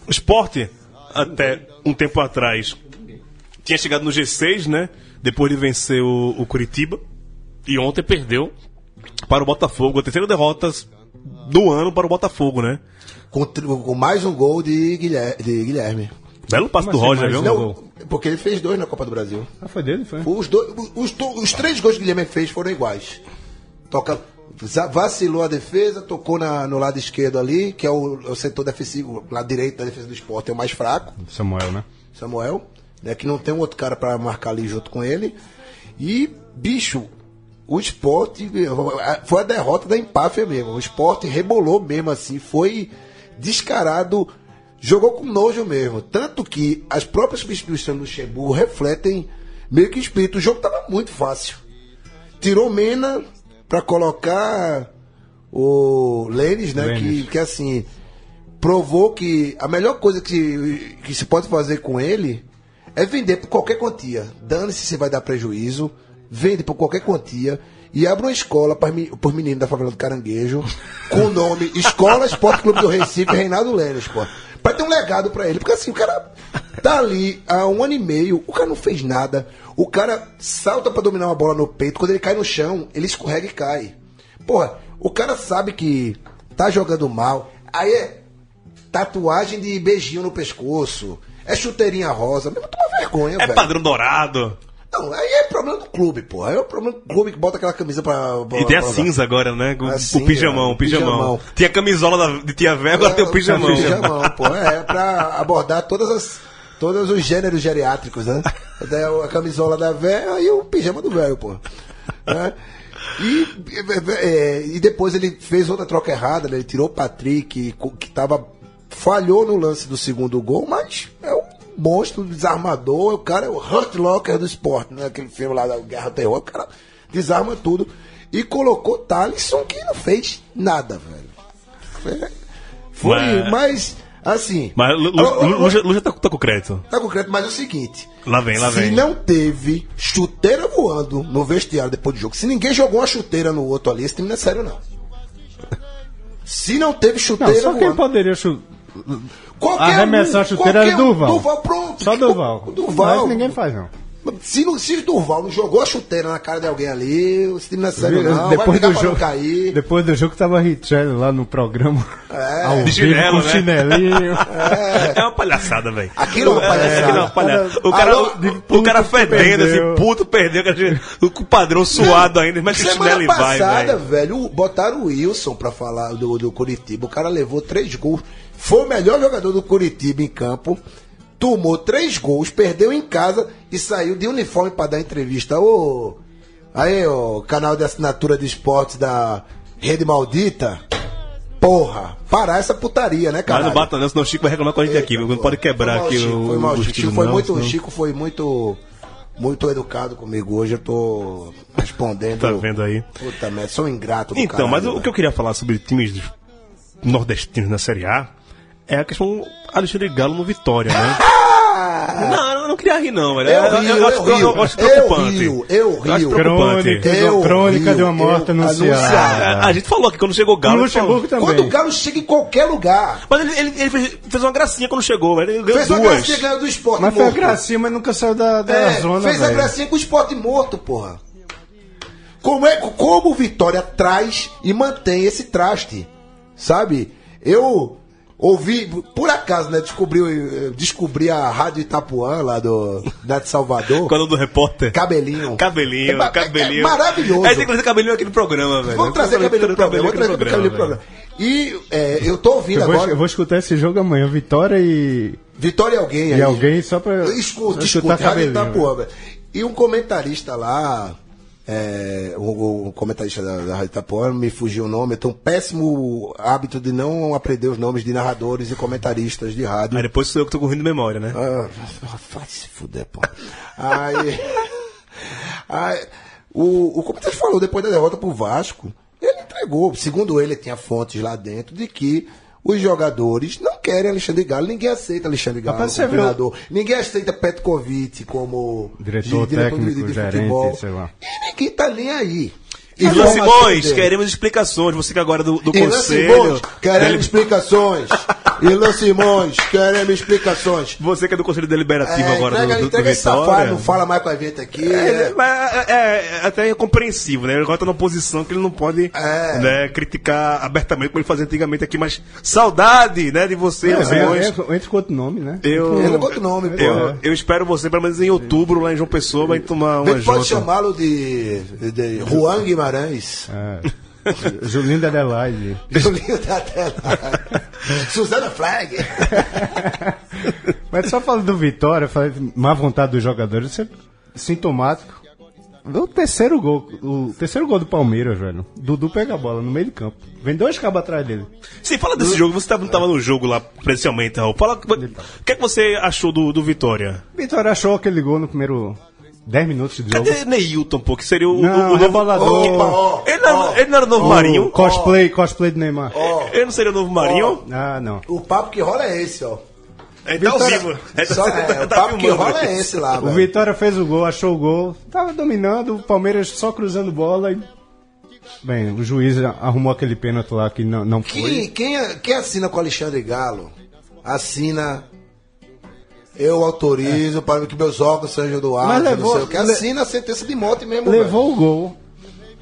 [SPEAKER 2] esporte, até um tempo atrás, tinha chegado no G6, né? Depois de vencer o, o Curitiba. E ontem perdeu para o Botafogo. A terceira derrota do ano para o Botafogo, né?
[SPEAKER 4] Com, tri- com mais um gol de Guilher- de Guilherme.
[SPEAKER 2] Belo passo
[SPEAKER 3] Como
[SPEAKER 2] do
[SPEAKER 3] assim,
[SPEAKER 2] Roger, viu?
[SPEAKER 3] mais um?
[SPEAKER 4] Não,
[SPEAKER 3] gol.
[SPEAKER 4] porque ele fez dois na Copa do Brasil.
[SPEAKER 3] Ah, foi dele, foi?
[SPEAKER 4] Os, dois, os, to- os três gols que o Guilherme fez foram iguais. Toca, za- vacilou a defesa, tocou na- no lado esquerdo ali, que é o, é o setor defensivo, o lado direito da defesa do esporte é o mais fraco,
[SPEAKER 3] Samuel, né?
[SPEAKER 4] Samuel, né, que não tem um outro cara pra marcar ali junto com ele. E, bicho, o esporte eh, foi a derrota da empáfia mesmo. O esporte rebolou mesmo assim, foi descarado, jogou com nojo mesmo. Tanto que as próprias substituições do Luxemburgo refletem meio que o espírito. O jogo tava muito fácil. Tirou Mena pra colocar o Lênis, né?
[SPEAKER 3] Lênis.
[SPEAKER 4] Que, que assim provou que a melhor coisa que, que se pode fazer com ele é vender por qualquer quantia. Dane-se se vai dar prejuízo, vende por qualquer quantia e abre uma escola para os meninos da favela do Caranguejo com o nome Escola Esporte Clube do Recife Reinaldo Lênis, pô. Pra ter um legado pra ele, porque assim, o cara tá ali há um ano e meio, o cara não fez nada, o cara salta pra dominar uma bola no peito, quando ele cai no chão, ele escorrega e cai. Porra, o cara sabe que tá jogando mal, aí é tatuagem de beijinho no pescoço, é chuteirinha rosa, mesmo toma vergonha,
[SPEAKER 2] É
[SPEAKER 4] velho.
[SPEAKER 2] padrão dourado.
[SPEAKER 4] Não, aí é problema do clube, porra. Aí é o problema do clube que bota aquela camisa pra. pra
[SPEAKER 2] E tem a
[SPEAKER 4] pra-
[SPEAKER 2] cinza agora, né? O,
[SPEAKER 4] A
[SPEAKER 2] o
[SPEAKER 4] cinza,
[SPEAKER 2] pijamão, o pijamão.
[SPEAKER 4] pijamão.
[SPEAKER 2] Tinha a camisola da- de tia velha, agora tem o pijamão.
[SPEAKER 4] É, pijamão, pô. É, pra abordar todas as, todos os gêneros geriátricos, né? Daí A camisola da véia e o pijama do velho, pô. Né? E, é, e depois ele fez outra troca errada, né? Ele tirou o Patrick, co- que tava. falhou no lance do segundo gol, mas é um monstro desarmador, o cara é o Hurt Locker do esporte, né? Aquele filme lá da Guerra ao Terror, o cara desarma tudo. E colocou Talisson que não fez nada, velho. Foi- É, Foi,
[SPEAKER 2] Mas-
[SPEAKER 4] mas, assim.
[SPEAKER 2] Mas Lu- Lu-
[SPEAKER 4] Ó, ó,
[SPEAKER 2] Lu-
[SPEAKER 4] ó,
[SPEAKER 2] Luja Luja tá, tá com crédito.
[SPEAKER 4] tá concreto, mas é o seguinte.
[SPEAKER 2] Lá vem, lá
[SPEAKER 4] Se
[SPEAKER 2] vem.
[SPEAKER 4] não teve chuteira voando no vestiário depois do jogo, se ninguém jogou uma chuteira no outro ali, esse time não é sério, não. Se não teve
[SPEAKER 3] Não,
[SPEAKER 4] chuteira
[SPEAKER 3] só quem
[SPEAKER 4] voando.
[SPEAKER 3] poderia chu-
[SPEAKER 4] Qualquer um,
[SPEAKER 3] arremessar a chuteira
[SPEAKER 4] é qualquer
[SPEAKER 3] era Durval.
[SPEAKER 4] Durval, pronto.
[SPEAKER 3] Só Durval.
[SPEAKER 4] O Durval.
[SPEAKER 3] Mas ninguém faz, não.
[SPEAKER 4] Se, não, se Durval não jogou a chuteira na cara de alguém ali, esse time não é sério, não. Vai
[SPEAKER 3] depois
[SPEAKER 4] brigar
[SPEAKER 3] do
[SPEAKER 4] pra não
[SPEAKER 3] jogo,
[SPEAKER 4] cair.
[SPEAKER 3] depois do jogo tava Richelli lá no programa.
[SPEAKER 4] É.
[SPEAKER 3] ao
[SPEAKER 2] De
[SPEAKER 3] vivo,
[SPEAKER 2] chinelo,
[SPEAKER 3] com
[SPEAKER 2] né?
[SPEAKER 3] chinelinho.
[SPEAKER 2] É, uma palhaçada, velho.
[SPEAKER 4] Aquilo é uma palhaçada.
[SPEAKER 2] aquilo é uma palhaçada. O cara,
[SPEAKER 4] Alô,
[SPEAKER 3] de
[SPEAKER 2] o,
[SPEAKER 3] puto
[SPEAKER 2] cara
[SPEAKER 3] que
[SPEAKER 2] fedendo,
[SPEAKER 3] perdeu.
[SPEAKER 2] assim, puto perdeu, cara, o com o padrão suado ainda, mas que
[SPEAKER 4] Semana
[SPEAKER 2] chinelo e vai,
[SPEAKER 4] passada,
[SPEAKER 2] velho.
[SPEAKER 4] velho, o- botaram o Wilson pra falar do, do Curitiba. O cara levou três gols. Foi o melhor jogador do Curitiba em campo. Tomou três gols, perdeu em casa e saiu de uniforme pra dar entrevista. Ô, aí, ô, canal de assinatura de esportes da Rede Maldita. Porra, parar essa putaria, né,
[SPEAKER 2] Mas
[SPEAKER 4] cara?
[SPEAKER 2] não bata não, senão o Chico vai reclamar com a gente aqui. viu? Não pode quebrar aqui
[SPEAKER 4] Chico,
[SPEAKER 2] o.
[SPEAKER 4] É, Foi mal,
[SPEAKER 2] o
[SPEAKER 4] Chico. Chico foi
[SPEAKER 2] não,
[SPEAKER 4] muito,
[SPEAKER 2] senão-
[SPEAKER 4] Chico foi muito, muito educado comigo hoje. Eu tô respondendo.
[SPEAKER 2] Tá vendo aí?
[SPEAKER 4] Puta merda, sou ingrato. do
[SPEAKER 2] Então, mas
[SPEAKER 4] caralho,
[SPEAKER 2] o que eu queria falar sobre times nordestinos na Série A é a questão Alexandre Galo no Vitória, né? Não, eu não queria rir, não, velho.
[SPEAKER 4] Ah! Eu rio, eu
[SPEAKER 2] acho, eu,
[SPEAKER 4] rio.
[SPEAKER 2] acho é
[SPEAKER 4] Eu
[SPEAKER 2] preocupante.
[SPEAKER 4] rio, eu
[SPEAKER 2] acho é
[SPEAKER 4] rio.
[SPEAKER 2] preocupante.
[SPEAKER 3] Crônica,
[SPEAKER 4] Eu
[SPEAKER 3] crônica
[SPEAKER 4] vi,
[SPEAKER 3] de uma
[SPEAKER 4] eu
[SPEAKER 3] morte anunciada.
[SPEAKER 4] anunciada.
[SPEAKER 2] Ah, A, a gente falou que quando chegou o
[SPEAKER 3] O
[SPEAKER 2] Galo. ele falou-
[SPEAKER 3] Luxemburgo também.
[SPEAKER 4] Quando o Galo chega em qualquer lugar,
[SPEAKER 2] Mas ele, ele- ele fez, fez uma gracinha quando chegou, velho. Ele ganhou
[SPEAKER 4] fez uma
[SPEAKER 2] duas.
[SPEAKER 4] gracinha ganhou do esporte
[SPEAKER 3] Mas foi a
[SPEAKER 4] morto.
[SPEAKER 3] gracinha, mas nunca saiu da, da
[SPEAKER 4] É,
[SPEAKER 3] zona,
[SPEAKER 4] fez a
[SPEAKER 3] velho.
[SPEAKER 4] gracinha com o esporte morto, porra. Como, é, como o Vitória traz e mantém esse traste, sabe? Eu Ouvi, por acaso, né? Descobriu, eh, descobri a Rádio Itapuã lá do, da de Salvador.
[SPEAKER 2] Qual é o nome do repórter?
[SPEAKER 4] Cabelinho.
[SPEAKER 2] Cabelinho,
[SPEAKER 4] É ma-
[SPEAKER 2] cabelinho. tipo,
[SPEAKER 4] é maravilhoso.
[SPEAKER 2] A gente tem que trazer cabelinho aqui no programa, velho.
[SPEAKER 4] Vamos
[SPEAKER 3] um
[SPEAKER 4] trazer cabelinho pro programa. Vamos trazer cabelinho pro programa.
[SPEAKER 2] velho.
[SPEAKER 4] E eh, eu tô ouvindo
[SPEAKER 3] Eu vou,
[SPEAKER 4] agora.
[SPEAKER 3] eu vou escutar esse jogo amanhã. Vitória e.
[SPEAKER 4] Vitória alguém aí.
[SPEAKER 3] E alguém só pra.
[SPEAKER 4] Escuta,
[SPEAKER 3] pra
[SPEAKER 4] escuta, Rádio
[SPEAKER 3] cabelinho,
[SPEAKER 4] Itapuã, velho. E um comentarista lá, é, o, o comentarista da, da Rádio Itapuã, me fugiu o nome, eu tenho um péssimo hábito de não aprender os nomes de narradores e comentaristas de rádio.
[SPEAKER 2] Aí depois sou eu que tô correndo de memória, né?
[SPEAKER 4] Ah, vai se fuder, pô. Aí, aí, o, o comentarista falou, depois da derrota pro Vasco, ele entregou. Segundo ele, tinha fontes lá dentro de que os jogadores não querem Alexandre Galo. Ninguém aceita Alexandre Galo
[SPEAKER 3] Rapaz,
[SPEAKER 4] como
[SPEAKER 3] você viu-
[SPEAKER 4] treinador. Ninguém aceita Petkovic como
[SPEAKER 3] Diretor técnico, gerente, sei lá.
[SPEAKER 4] E ninguém tá nem aí.
[SPEAKER 2] Irlan
[SPEAKER 4] Informação
[SPEAKER 2] Simões,
[SPEAKER 4] dele.
[SPEAKER 2] queremos explicações. Você que agora é do, do
[SPEAKER 4] Irlan
[SPEAKER 2] conselho. é
[SPEAKER 4] Simões, queremos
[SPEAKER 2] dele-
[SPEAKER 4] explicações. Irlan Simões, queremos explicações.
[SPEAKER 2] Você que é do Conselho Deliberativo
[SPEAKER 4] É,
[SPEAKER 2] agora
[SPEAKER 4] entrega,
[SPEAKER 2] do, do, do
[SPEAKER 4] entrega esse safado,
[SPEAKER 2] Vitória.
[SPEAKER 4] não fala mais com a gente aqui.
[SPEAKER 2] É,
[SPEAKER 4] É,
[SPEAKER 2] mas é, é, é até compreensível, né? Ele agora tá numa posição que ele não pode
[SPEAKER 4] É.
[SPEAKER 2] né, criticar abertamente como ele fazia antigamente aqui, mas saudade, né, de você,
[SPEAKER 3] É,
[SPEAKER 2] Irlan Simões.
[SPEAKER 3] é, é, Entre com outro nome, né?
[SPEAKER 2] Eu,
[SPEAKER 4] Ele bota o nome, pô.
[SPEAKER 2] eu,
[SPEAKER 4] É.
[SPEAKER 2] eu espero você, pelo menos em outubro, lá em João Pessoa, vai tomar uma
[SPEAKER 4] Pode
[SPEAKER 2] jota.
[SPEAKER 4] chamá-lo de, de Juan Guimarães.
[SPEAKER 3] É. Julinho da Adelaide.
[SPEAKER 4] Julinho da tela. Suzana Flag.
[SPEAKER 3] Mas só falando do Vitória, falando de má vontade dos jogadores, isso é sintomático. O terceiro gol, o terceiro gol do Palmeiras, velho. Dudu pega a bola no meio de campo. Vem dois cabos atrás dele.
[SPEAKER 2] Sim, fala desse jogo, você tava- não estava no jogo lá presencialmente, Raul. Fala o que é que você achou do, do Vitória?
[SPEAKER 3] Vitória achou aquele gol no primeiro 10 minutos de jogo.
[SPEAKER 2] Cadê Neilton, pô? Que seria o,
[SPEAKER 3] Não,
[SPEAKER 2] o,
[SPEAKER 4] é
[SPEAKER 2] o novo.
[SPEAKER 3] rebolador.
[SPEAKER 4] Opa, ó.
[SPEAKER 2] Ele não, era- ele não era o novo
[SPEAKER 3] O
[SPEAKER 2] Marinho.
[SPEAKER 3] Cosplay, cosplay de Neymar.
[SPEAKER 2] Ele não seria o novo Marinho?
[SPEAKER 3] Ah, não.
[SPEAKER 4] O papo que rola é esse, ó.
[SPEAKER 2] Ele tá ao
[SPEAKER 4] Vitória-
[SPEAKER 2] vivo. Ele tá-
[SPEAKER 4] Só, é,
[SPEAKER 2] tá-
[SPEAKER 4] o
[SPEAKER 2] tá
[SPEAKER 4] papo que
[SPEAKER 2] filmando.
[SPEAKER 4] rola é esse lá,
[SPEAKER 3] O
[SPEAKER 4] velho.
[SPEAKER 3] Vitória fez o gol, achou o gol. Tava dominando, o Palmeiras só cruzando bola e. Bem, o juiz arrumou aquele pênalti lá que não, não foi.
[SPEAKER 4] Quem, é- quem, quem assina com Alexandre Galo, assina. Eu
[SPEAKER 2] É.
[SPEAKER 4] autorizo para que meus óculos sejam doados.
[SPEAKER 3] Mas levou-
[SPEAKER 4] não sei o que. Assina a sentença de morte mesmo.
[SPEAKER 3] Levou o gol.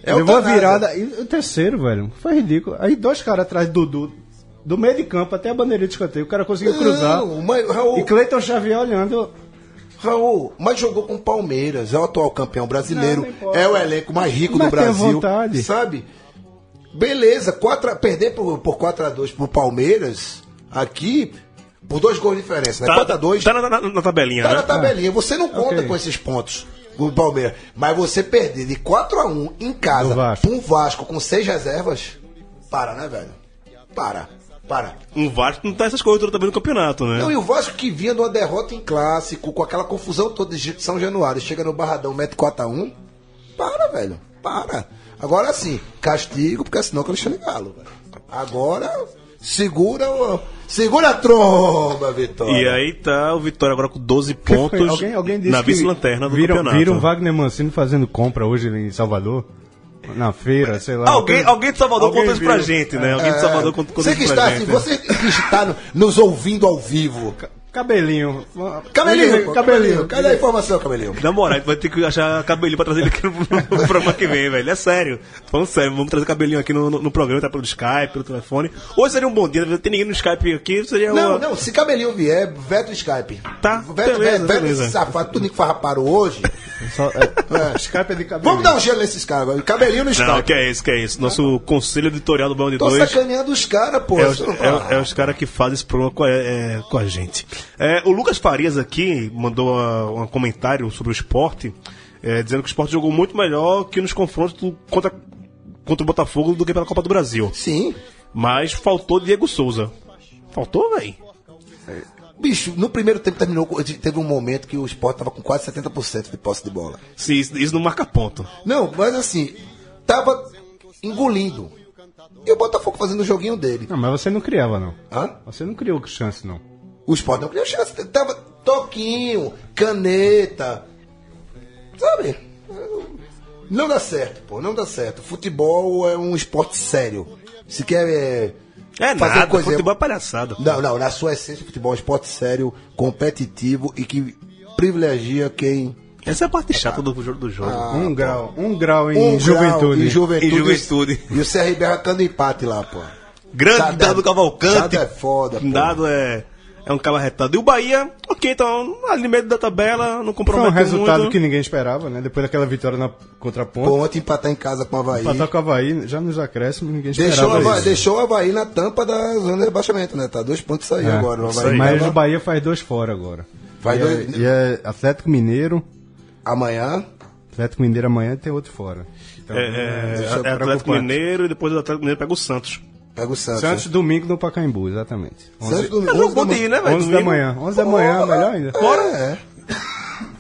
[SPEAKER 4] É
[SPEAKER 3] levou a
[SPEAKER 4] eutanásia.
[SPEAKER 3] virada. E o terceiro, velho, foi ridículo. Aí dois caras atrás do Dudu, do meio de campo até a bandeira de escanteio. O cara conseguiu
[SPEAKER 4] velho.
[SPEAKER 3] cruzar.
[SPEAKER 4] Não, mas, Raul,
[SPEAKER 3] E Cleiton Xavier olhando.
[SPEAKER 4] Raul, mas jogou com o Palmeiras, é o atual campeão brasileiro,
[SPEAKER 3] Não, não importa.
[SPEAKER 4] é o elenco mais rico
[SPEAKER 3] Mas
[SPEAKER 4] do
[SPEAKER 3] tem
[SPEAKER 4] Brasil.
[SPEAKER 3] vontade.
[SPEAKER 4] Sabe? Beleza, quatro a- perder por, por 4x2 pro Palmeiras, aqui, por dois gols de diferença, né?
[SPEAKER 2] Tá,
[SPEAKER 4] 4x2,
[SPEAKER 2] tá na, na- na tabelinha,
[SPEAKER 4] tá na
[SPEAKER 2] né?
[SPEAKER 4] tabelinha. Você não conta
[SPEAKER 3] Ah, ok.
[SPEAKER 4] com esses pontos do Palmeiras, mas você perder de 4x1 em casa
[SPEAKER 3] Do Vasco.
[SPEAKER 4] pro Vasco com seis reservas, para, né, velho? Para, para.
[SPEAKER 2] Um Vasco não tá essas coisas todas também no campeonato, né?
[SPEAKER 4] Não, e o Vasco que vinha de uma derrota em clássico, com aquela confusão toda de São Januário, chega no Barradão, mete 4x1. Para, velho. Para. Agora sim, castigo, porque senão que eu deixo galo, velho. Agora, segura o. Segura a tromba, Vitória.
[SPEAKER 2] E aí tá o Vitória agora com 12
[SPEAKER 3] que
[SPEAKER 2] pontos
[SPEAKER 3] foi? Alguém, alguém disse
[SPEAKER 2] na
[SPEAKER 3] que
[SPEAKER 2] vice-lanterna do
[SPEAKER 3] viram,
[SPEAKER 2] campeonato.
[SPEAKER 4] um
[SPEAKER 3] Viram Wagner Mancini fazendo compra hoje em Salvador? Na feira, sei lá.
[SPEAKER 2] Alguém, alguém de Salvador
[SPEAKER 3] Alguém
[SPEAKER 2] conta isso pra
[SPEAKER 3] viu.
[SPEAKER 2] gente, né? Alguém de Salvador conta conta
[SPEAKER 4] É. Você que
[SPEAKER 2] isso
[SPEAKER 4] está
[SPEAKER 2] pra
[SPEAKER 4] assim,
[SPEAKER 2] gente. né?
[SPEAKER 4] você que está no- nos ouvindo ao vivo.
[SPEAKER 3] Cabelinho.
[SPEAKER 4] Cabelinho, pô,
[SPEAKER 3] cabelinho.
[SPEAKER 4] cabelinho. Cadê a informação, cabelinho?
[SPEAKER 2] Na moral, a gente vai ter que achar cabelinho pra trazer ele aqui no, no programa que vem, velho. É sério. Tô Falando sério, vamos trazer cabelinho aqui no, no, no programa, tá pelo Skype, pelo telefone. Hoje seria um bom dia, não tem ninguém no Skype aqui, seria
[SPEAKER 4] Não,
[SPEAKER 2] uma...
[SPEAKER 4] não, se cabelinho vier, veto o Skype.
[SPEAKER 2] É Tá,
[SPEAKER 4] veto,
[SPEAKER 2] beleza,
[SPEAKER 4] veto, veto
[SPEAKER 2] beleza.
[SPEAKER 4] esse safado, tudo que farraparam hoje.
[SPEAKER 3] Só, é,
[SPEAKER 4] É.
[SPEAKER 3] Skype é de cabelinho.
[SPEAKER 4] Vamos dar um gelo nesses caras agora. Cabelinho
[SPEAKER 2] Não,
[SPEAKER 4] no Skype.
[SPEAKER 2] que é isso, que é isso. Nosso conselho editorial do Bão de
[SPEAKER 4] Tô
[SPEAKER 2] Dois.
[SPEAKER 4] sacaneando os caras, pô.
[SPEAKER 2] É,
[SPEAKER 4] Você
[SPEAKER 2] os-
[SPEAKER 4] não tá.
[SPEAKER 2] é-
[SPEAKER 4] fala.
[SPEAKER 2] é os caras que fazem esse programa com a, é, com a gente. É, o Lucas Farias aqui mandou a- um comentário sobre o esporte, é, dizendo que o esporte jogou muito melhor que nos confrontos do- contra, contra o Botafogo do que pela Copa do Brasil.
[SPEAKER 4] Sim.
[SPEAKER 2] Mas faltou Diego Souza. Faltou, véi.
[SPEAKER 4] Bicho, no primeiro tempo terminou, com- teve um momento que o Sport tava com quase 70% de posse de bola.
[SPEAKER 2] Sim, isso, isso não marca ponto.
[SPEAKER 4] Não, mas assim, tava engolindo. E o Botafogo fazendo o joguinho dele.
[SPEAKER 3] Não, mas você não criava, não.
[SPEAKER 4] Hã?
[SPEAKER 3] Você não criou chance, não.
[SPEAKER 4] O Sport não criou chance. Tava toquinho, caneta. Sabe? Não dá certo, pô. Não dá certo. Futebol é um esporte sério. Se quer é,
[SPEAKER 2] É
[SPEAKER 4] fazer
[SPEAKER 2] nada,
[SPEAKER 4] coisa
[SPEAKER 2] futebol é palhaçada.
[SPEAKER 4] Não, não, na sua essência, o futebol é um esporte sério, competitivo e que privilegia quem.
[SPEAKER 2] Essa é a parte chata do jogo. Do jogo.
[SPEAKER 4] Ah,
[SPEAKER 3] um grau, um grau em
[SPEAKER 4] tá. Um grau
[SPEAKER 3] juventude.
[SPEAKER 4] em juventude.
[SPEAKER 2] Em juventude.
[SPEAKER 4] E o CRB arrancando empate lá, pô.
[SPEAKER 2] Grande
[SPEAKER 4] Dado é-
[SPEAKER 2] Dado Cavalcante.
[SPEAKER 4] Dado é foda, pô.
[SPEAKER 2] Dado é, é um cara retado. E o Bahia, ok, então, ali no meio da tabela, não
[SPEAKER 3] Foi um
[SPEAKER 2] compromete
[SPEAKER 3] resultado
[SPEAKER 2] muito.
[SPEAKER 3] que ninguém esperava, né? Depois daquela vitória na, contra a Ponte,
[SPEAKER 4] Ponte empatar em casa com o Havaí.
[SPEAKER 3] empatar com o Havaí, já nos acréscimos, ninguém
[SPEAKER 4] Deixou, o
[SPEAKER 3] esperava
[SPEAKER 4] Havaí,
[SPEAKER 3] isso.
[SPEAKER 4] deixou o Havaí na tampa da zona de rebaixamento, né? Tá dois pontos saiu
[SPEAKER 3] É,
[SPEAKER 4] agora. O Havaí
[SPEAKER 3] mas
[SPEAKER 4] tava-
[SPEAKER 3] o Bahia faz dois fora agora.
[SPEAKER 4] Faz
[SPEAKER 3] e,
[SPEAKER 4] dois-
[SPEAKER 3] É, e é Atlético Mineiro,
[SPEAKER 4] amanhã.
[SPEAKER 3] Atlético Mineiro amanhã e tem outro fora. Então,
[SPEAKER 2] É,
[SPEAKER 4] Isso é
[SPEAKER 2] é, é Atlético
[SPEAKER 4] preocupante.
[SPEAKER 2] Mineiro e depois do Atlético Mineiro pega o Santos.
[SPEAKER 4] Pega o Santos.
[SPEAKER 3] Santos domingo no Pacaembu, exatamente.
[SPEAKER 4] Santos
[SPEAKER 3] 11,
[SPEAKER 4] do
[SPEAKER 2] É jogo bom de ir, né, velho?
[SPEAKER 3] 11 da
[SPEAKER 2] Domingo.
[SPEAKER 3] manhã. 11 da manhã, melhor ainda.
[SPEAKER 4] Bora. É.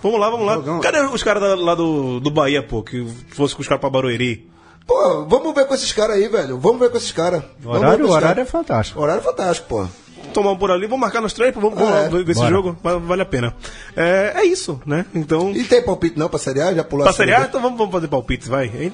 [SPEAKER 2] Vamos lá, vamos lá.
[SPEAKER 3] Jogão.
[SPEAKER 2] Cadê os caras da- lá do, do Bahia, pô? Que fosse com os caras pra Barueri.
[SPEAKER 4] Pô, vamos ver com esses caras aí, velho. Vamos ver com esses caras.
[SPEAKER 3] O horário, o horário é fantástico.
[SPEAKER 4] Horário fantástico, pô.
[SPEAKER 2] Tomar um por ali, vamos marcar nos três, pô, vamos, vamos
[SPEAKER 4] Ah,
[SPEAKER 2] lá
[SPEAKER 4] é.
[SPEAKER 2] ver esse
[SPEAKER 3] Bora.
[SPEAKER 2] jogo, va- vale a pena. É, é isso, né? Então.
[SPEAKER 4] E tem palpite não pra Série A? Já pulou
[SPEAKER 2] Pra
[SPEAKER 4] a
[SPEAKER 2] Série A,
[SPEAKER 4] B?
[SPEAKER 2] então vamos, vamos fazer palpites, vai. Hein?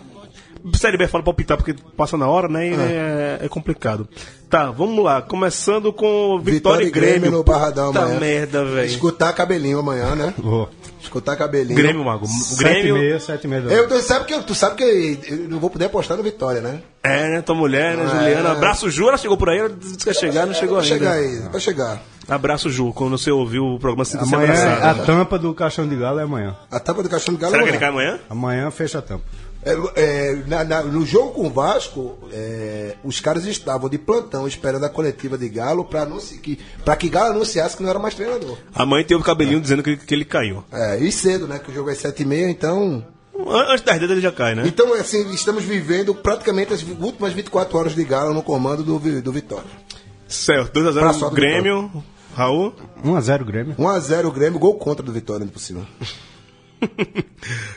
[SPEAKER 2] Série B é fala palpitar porque passa na hora, né? E é, é complicado. Tá, vamos lá. Começando com Vitória,
[SPEAKER 4] Vitória e Grêmio, no Barradão
[SPEAKER 2] Tá
[SPEAKER 4] amanhã.
[SPEAKER 2] merda, velho.
[SPEAKER 4] Escutar cabelinho amanhã, né?
[SPEAKER 3] Vou.
[SPEAKER 4] Escutar cabelinho.
[SPEAKER 2] Grêmio, Mago. O Grêmio.
[SPEAKER 3] 7h30, 7h30 da
[SPEAKER 4] Eu, tu, sabe que, eu- tu sabe que eu não vou poder apostar no Vitória, né?
[SPEAKER 2] É, né? Tua mulher,
[SPEAKER 4] Ah,
[SPEAKER 2] né, Juliana? Abraço, Ju. Ela chegou por aí, ela disse que ia chegar, não chegou
[SPEAKER 4] Vai chegar
[SPEAKER 2] ainda.
[SPEAKER 4] é. aí, vai chegar.
[SPEAKER 2] Abraço, Ju. Quando você ouviu o programa, se você
[SPEAKER 4] é
[SPEAKER 3] Amanhã
[SPEAKER 2] abraçado.
[SPEAKER 3] a tampa do caixão de galo é amanhã.
[SPEAKER 4] A tampa do cachorro do Galo. é.
[SPEAKER 2] Será que ele cai
[SPEAKER 4] amanhã.
[SPEAKER 2] amanhã?
[SPEAKER 3] Amanhã fecha a tampa.
[SPEAKER 4] É, é, na- na- no jogo com o Vasco, é, os caras estavam de plantão esperando a coletiva de Galo pra, anunci- que, pra que Galo anunciasse que não era mais treinador.
[SPEAKER 2] Amanhã tem o cabelinho dizendo que, que ele caiu.
[SPEAKER 4] É, e cedo, né? Que o jogo é 7h30, então.
[SPEAKER 2] An- Antes das 10 ele já cai, né?
[SPEAKER 4] Então, assim, estamos vivendo praticamente as últimas 24 horas de Galo no comando do, Vi- do Vitória.
[SPEAKER 2] Certo,
[SPEAKER 4] Pra
[SPEAKER 2] 2x0
[SPEAKER 4] sorte do
[SPEAKER 2] Grêmio. Raul.
[SPEAKER 3] 1x0 Grêmio.
[SPEAKER 4] 1x0 o Grêmio, gol contra do Vitória, ainda por cima.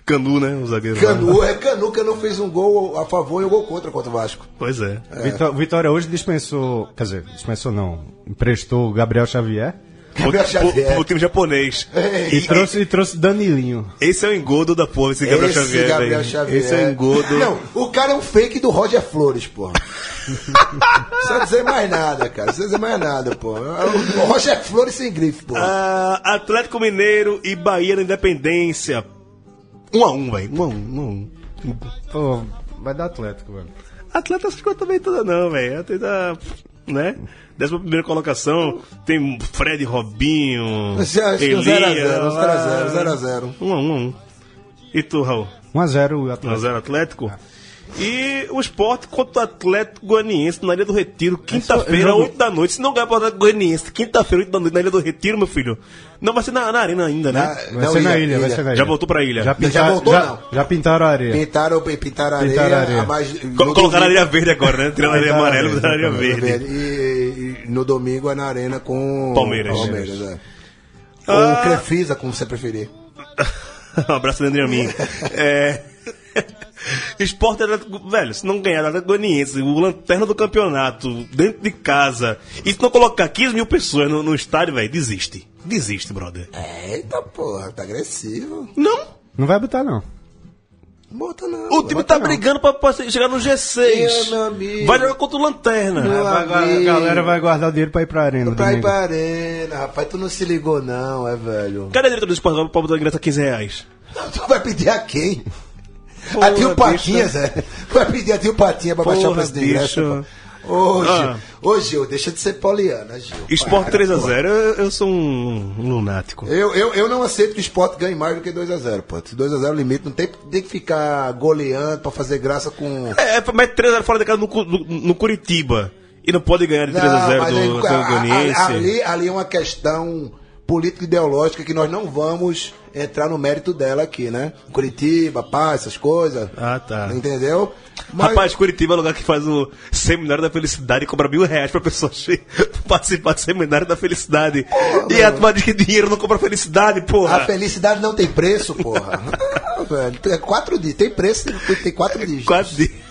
[SPEAKER 2] Canu, né? O zagueiro. lá.
[SPEAKER 4] Canu, é Canu, Canu fez um gol a favor e um gol contra contra o Vasco.
[SPEAKER 2] Pois é.
[SPEAKER 3] Vitó- Vitória hoje dispensou, quer dizer, dispensou não, emprestou o Gabriel Xavier
[SPEAKER 4] É Gabriel Xavier.
[SPEAKER 2] O, time japonês.
[SPEAKER 3] e, trouxe, e trouxe Danilinho.
[SPEAKER 2] Esse é o engodo da porra, esse Gabriel Xavier.
[SPEAKER 4] Gabriel
[SPEAKER 2] velho.
[SPEAKER 4] Xavier.
[SPEAKER 2] Esse é o engodo.
[SPEAKER 4] Não, o cara é um fake do Roger Flores, porra. Não precisa dizer mais nada, cara. Não precisa dizer mais nada, porra. O Roger Flores sem grife, porra.
[SPEAKER 2] Ah, Atlético Mineiro e Bahia da Independência. 1 a 1 velho. 1 a 1 1 a 1
[SPEAKER 3] Pô, vai dar Atlético, velho.
[SPEAKER 2] Atlanta não ficou também toda, não, velho. Atlanta. Né? Décima primeira colocação. Tem Fred Robinho.
[SPEAKER 4] Acho que é um
[SPEAKER 2] Elias.
[SPEAKER 4] 0x0, 0x0, 0x0.
[SPEAKER 2] 1 a 1 1 E tu, Raul?
[SPEAKER 3] 1x0 Atlético.
[SPEAKER 2] 1x0 Atlético. E o esporte contra o Atlético Goianiense na Ilha do Retiro,
[SPEAKER 3] é
[SPEAKER 2] quinta-feira,
[SPEAKER 3] jogo-
[SPEAKER 2] 8 da noite. Se não ganhar para o Atlético Goianiense, quinta-feira, 8 da noite, na Ilha do Retiro, meu filho. Não vai ser na, na arena ainda, né?
[SPEAKER 4] Ah,
[SPEAKER 3] Vai
[SPEAKER 4] não,
[SPEAKER 3] ser na
[SPEAKER 4] ilha,
[SPEAKER 3] ilha, vai
[SPEAKER 4] ilha.
[SPEAKER 3] ser na ilha.
[SPEAKER 2] Já voltou pra ilha.
[SPEAKER 3] Já,
[SPEAKER 2] Já
[SPEAKER 3] pintar-
[SPEAKER 4] voltou,
[SPEAKER 3] já-
[SPEAKER 4] não?
[SPEAKER 3] já pintaram a areia.
[SPEAKER 4] Pintaram, pintaram a areia.
[SPEAKER 3] Pintaram a areia.
[SPEAKER 4] ah, mas-
[SPEAKER 2] Co-
[SPEAKER 4] no
[SPEAKER 2] Colocaram a
[SPEAKER 4] domingo-
[SPEAKER 2] areia verde agora, né? Tirando a areia
[SPEAKER 3] Vai dar
[SPEAKER 2] amarela,
[SPEAKER 3] areia,
[SPEAKER 2] botaram a areia
[SPEAKER 4] no
[SPEAKER 2] verde.
[SPEAKER 4] verde. E, e no domingo é na arena com
[SPEAKER 2] Palmeiras.
[SPEAKER 4] Palmeiras é.
[SPEAKER 2] Ah.
[SPEAKER 4] Ou Crefisa, como você preferir.
[SPEAKER 2] um abraço, Leandro Amin. é... Esporte Atlético. Velho, se não ganhar Atlético Goianiense, o lanterna do campeonato, dentro de casa, e se não colocar 15 mil pessoas no, no estádio, velho, desiste. Desiste, brother.
[SPEAKER 4] É. Eita porra, tá agressivo.
[SPEAKER 2] Não!
[SPEAKER 3] Não vai botar, não.
[SPEAKER 4] Bota não.
[SPEAKER 2] O time tá brigando pra, pra chegar no G6.
[SPEAKER 4] Meu, meu amigo.
[SPEAKER 2] Vai jogar contra o Lanterna.
[SPEAKER 4] Meu
[SPEAKER 3] Vai guardar- a
[SPEAKER 4] amigo.
[SPEAKER 3] galera vai guardar o dinheiro pra ir pra arena
[SPEAKER 4] Pra ir
[SPEAKER 3] domingo.
[SPEAKER 4] pra arena, rapaz, tu não se ligou não, é velho.
[SPEAKER 2] Cadê a direita do Esporte Clube pra botar ingresso a 15 reais?
[SPEAKER 4] Tu vai pedir a quem? a tio
[SPEAKER 2] bicho.
[SPEAKER 4] Patinha, Zé. Tu vai pedir a tio Patinha pra baixar o
[SPEAKER 2] Porra,
[SPEAKER 4] preço do ingresso.
[SPEAKER 2] bicho.
[SPEAKER 4] pô. Ô, Gil,
[SPEAKER 2] Ah.
[SPEAKER 4] ô Gil, deixa de ser poliana, Gil.
[SPEAKER 2] Esporte
[SPEAKER 4] Para,
[SPEAKER 2] 3x0.
[SPEAKER 4] pô.
[SPEAKER 2] Eu, eu sou um lunático.
[SPEAKER 4] Eu, eu, eu não aceito que o esporte ganhe mais do que 2x0, pô. Se 2x0 é o limite, não tem, tem que ficar goleando pra fazer graça com.
[SPEAKER 2] É, é, mas 3x0 fora de casa no, Cu- no, no Curitiba. E não pode ganhar de 3x0 do
[SPEAKER 4] Não, mas aí, a- a-
[SPEAKER 2] Atlético Goianiense.
[SPEAKER 4] ali, ali é uma questão político-ideológica que nós não vamos entrar no mérito dela aqui, né? Curitiba, pá, essas coisas.
[SPEAKER 2] Ah, tá.
[SPEAKER 4] Entendeu?
[SPEAKER 2] Rapaz, Curitiba é o lugar que faz o Seminário da Felicidade e cobra mil reais pra pessoa che- participar do Seminário da Felicidade. e a turma diz que dinheiro não compra felicidade, porra.
[SPEAKER 4] a felicidade não tem preço, porra. Ah, velho, tem quatro dias. Tem preço, tem- tem quatro dias.
[SPEAKER 2] Quase. de-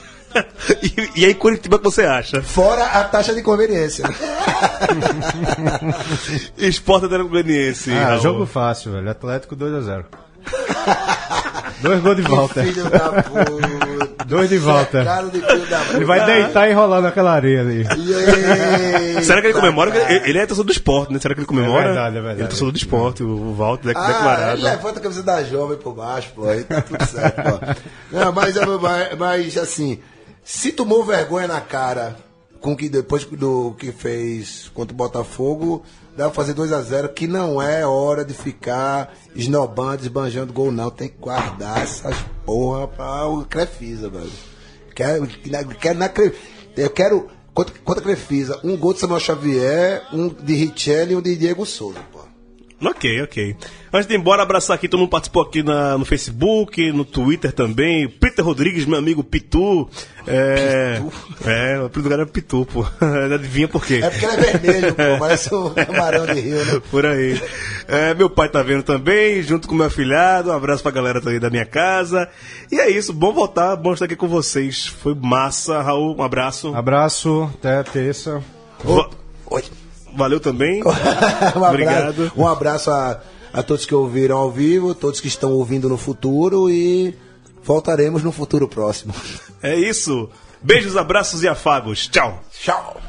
[SPEAKER 2] e, e aí, Curitiba, o que você acha?
[SPEAKER 4] Fora a taxa de conveniência.
[SPEAKER 2] Esporte Atlético Goianiense.
[SPEAKER 3] Ah,
[SPEAKER 2] Raul.
[SPEAKER 3] jogo fácil, velho. Atlético 2x0. Dois gols de volta.
[SPEAKER 4] Filho da puta.
[SPEAKER 3] Dois de volta.
[SPEAKER 4] Cara de filho da puta.
[SPEAKER 3] Ele vai deitar e rolar naquela areia ali.
[SPEAKER 4] Eita,
[SPEAKER 2] É, Será que ele comemora?
[SPEAKER 4] cara.
[SPEAKER 2] Ele, ele é torcedor do esporte, né? Será que ele comemora?
[SPEAKER 3] É verdade, é verdade.
[SPEAKER 2] Ele é torcedor do esporte, o Walter, dec-
[SPEAKER 4] Ah,
[SPEAKER 2] é declarado.
[SPEAKER 4] ele levanta a camisa da jovem por baixo, pô, aí tá tudo certo, é, pô. Não, mas, mas, mas, assim, se tomou vergonha na cara com que depois do que fez contra o Botafogo, dá pra fazer 2 a 0 que não é hora de ficar esnobando, esbanjando gol, não. Tem que guardar essas porra pra o Crefisa, velho. Quero, quero na Cre- Eu quero, contra, contra a Crefisa, um gol de Samuel Xavier, um de Richelli e um de Diego Souza, pô.
[SPEAKER 2] Ok, ok. Antes de ir embora, abraçar aqui, todo mundo participou aqui na- no Facebook, no Twitter também. Peter Rodrigues, meu amigo Pitu. É, é o apelido do cara é Pitu, pô. Adivinha por quê?
[SPEAKER 4] É porque ele é vermelho, pô, parece um camarão de rio, né?
[SPEAKER 2] Por aí. É, meu pai tá vendo também, junto com meu afilhado. Um abraço pra galera também da minha casa. E é isso, bom voltar, bom estar aqui com vocês. Foi massa, Raul. Um abraço.
[SPEAKER 3] Abraço, até terça.
[SPEAKER 2] Va-
[SPEAKER 4] Oi.
[SPEAKER 2] Valeu também.
[SPEAKER 4] um
[SPEAKER 2] Obrigado.
[SPEAKER 4] Abraço, um abraço a, a todos que ouviram ao vivo, todos que estão ouvindo no futuro e voltaremos no futuro próximo.
[SPEAKER 2] É isso. Beijos, abraços e afagos. Tchau.
[SPEAKER 4] Tchau!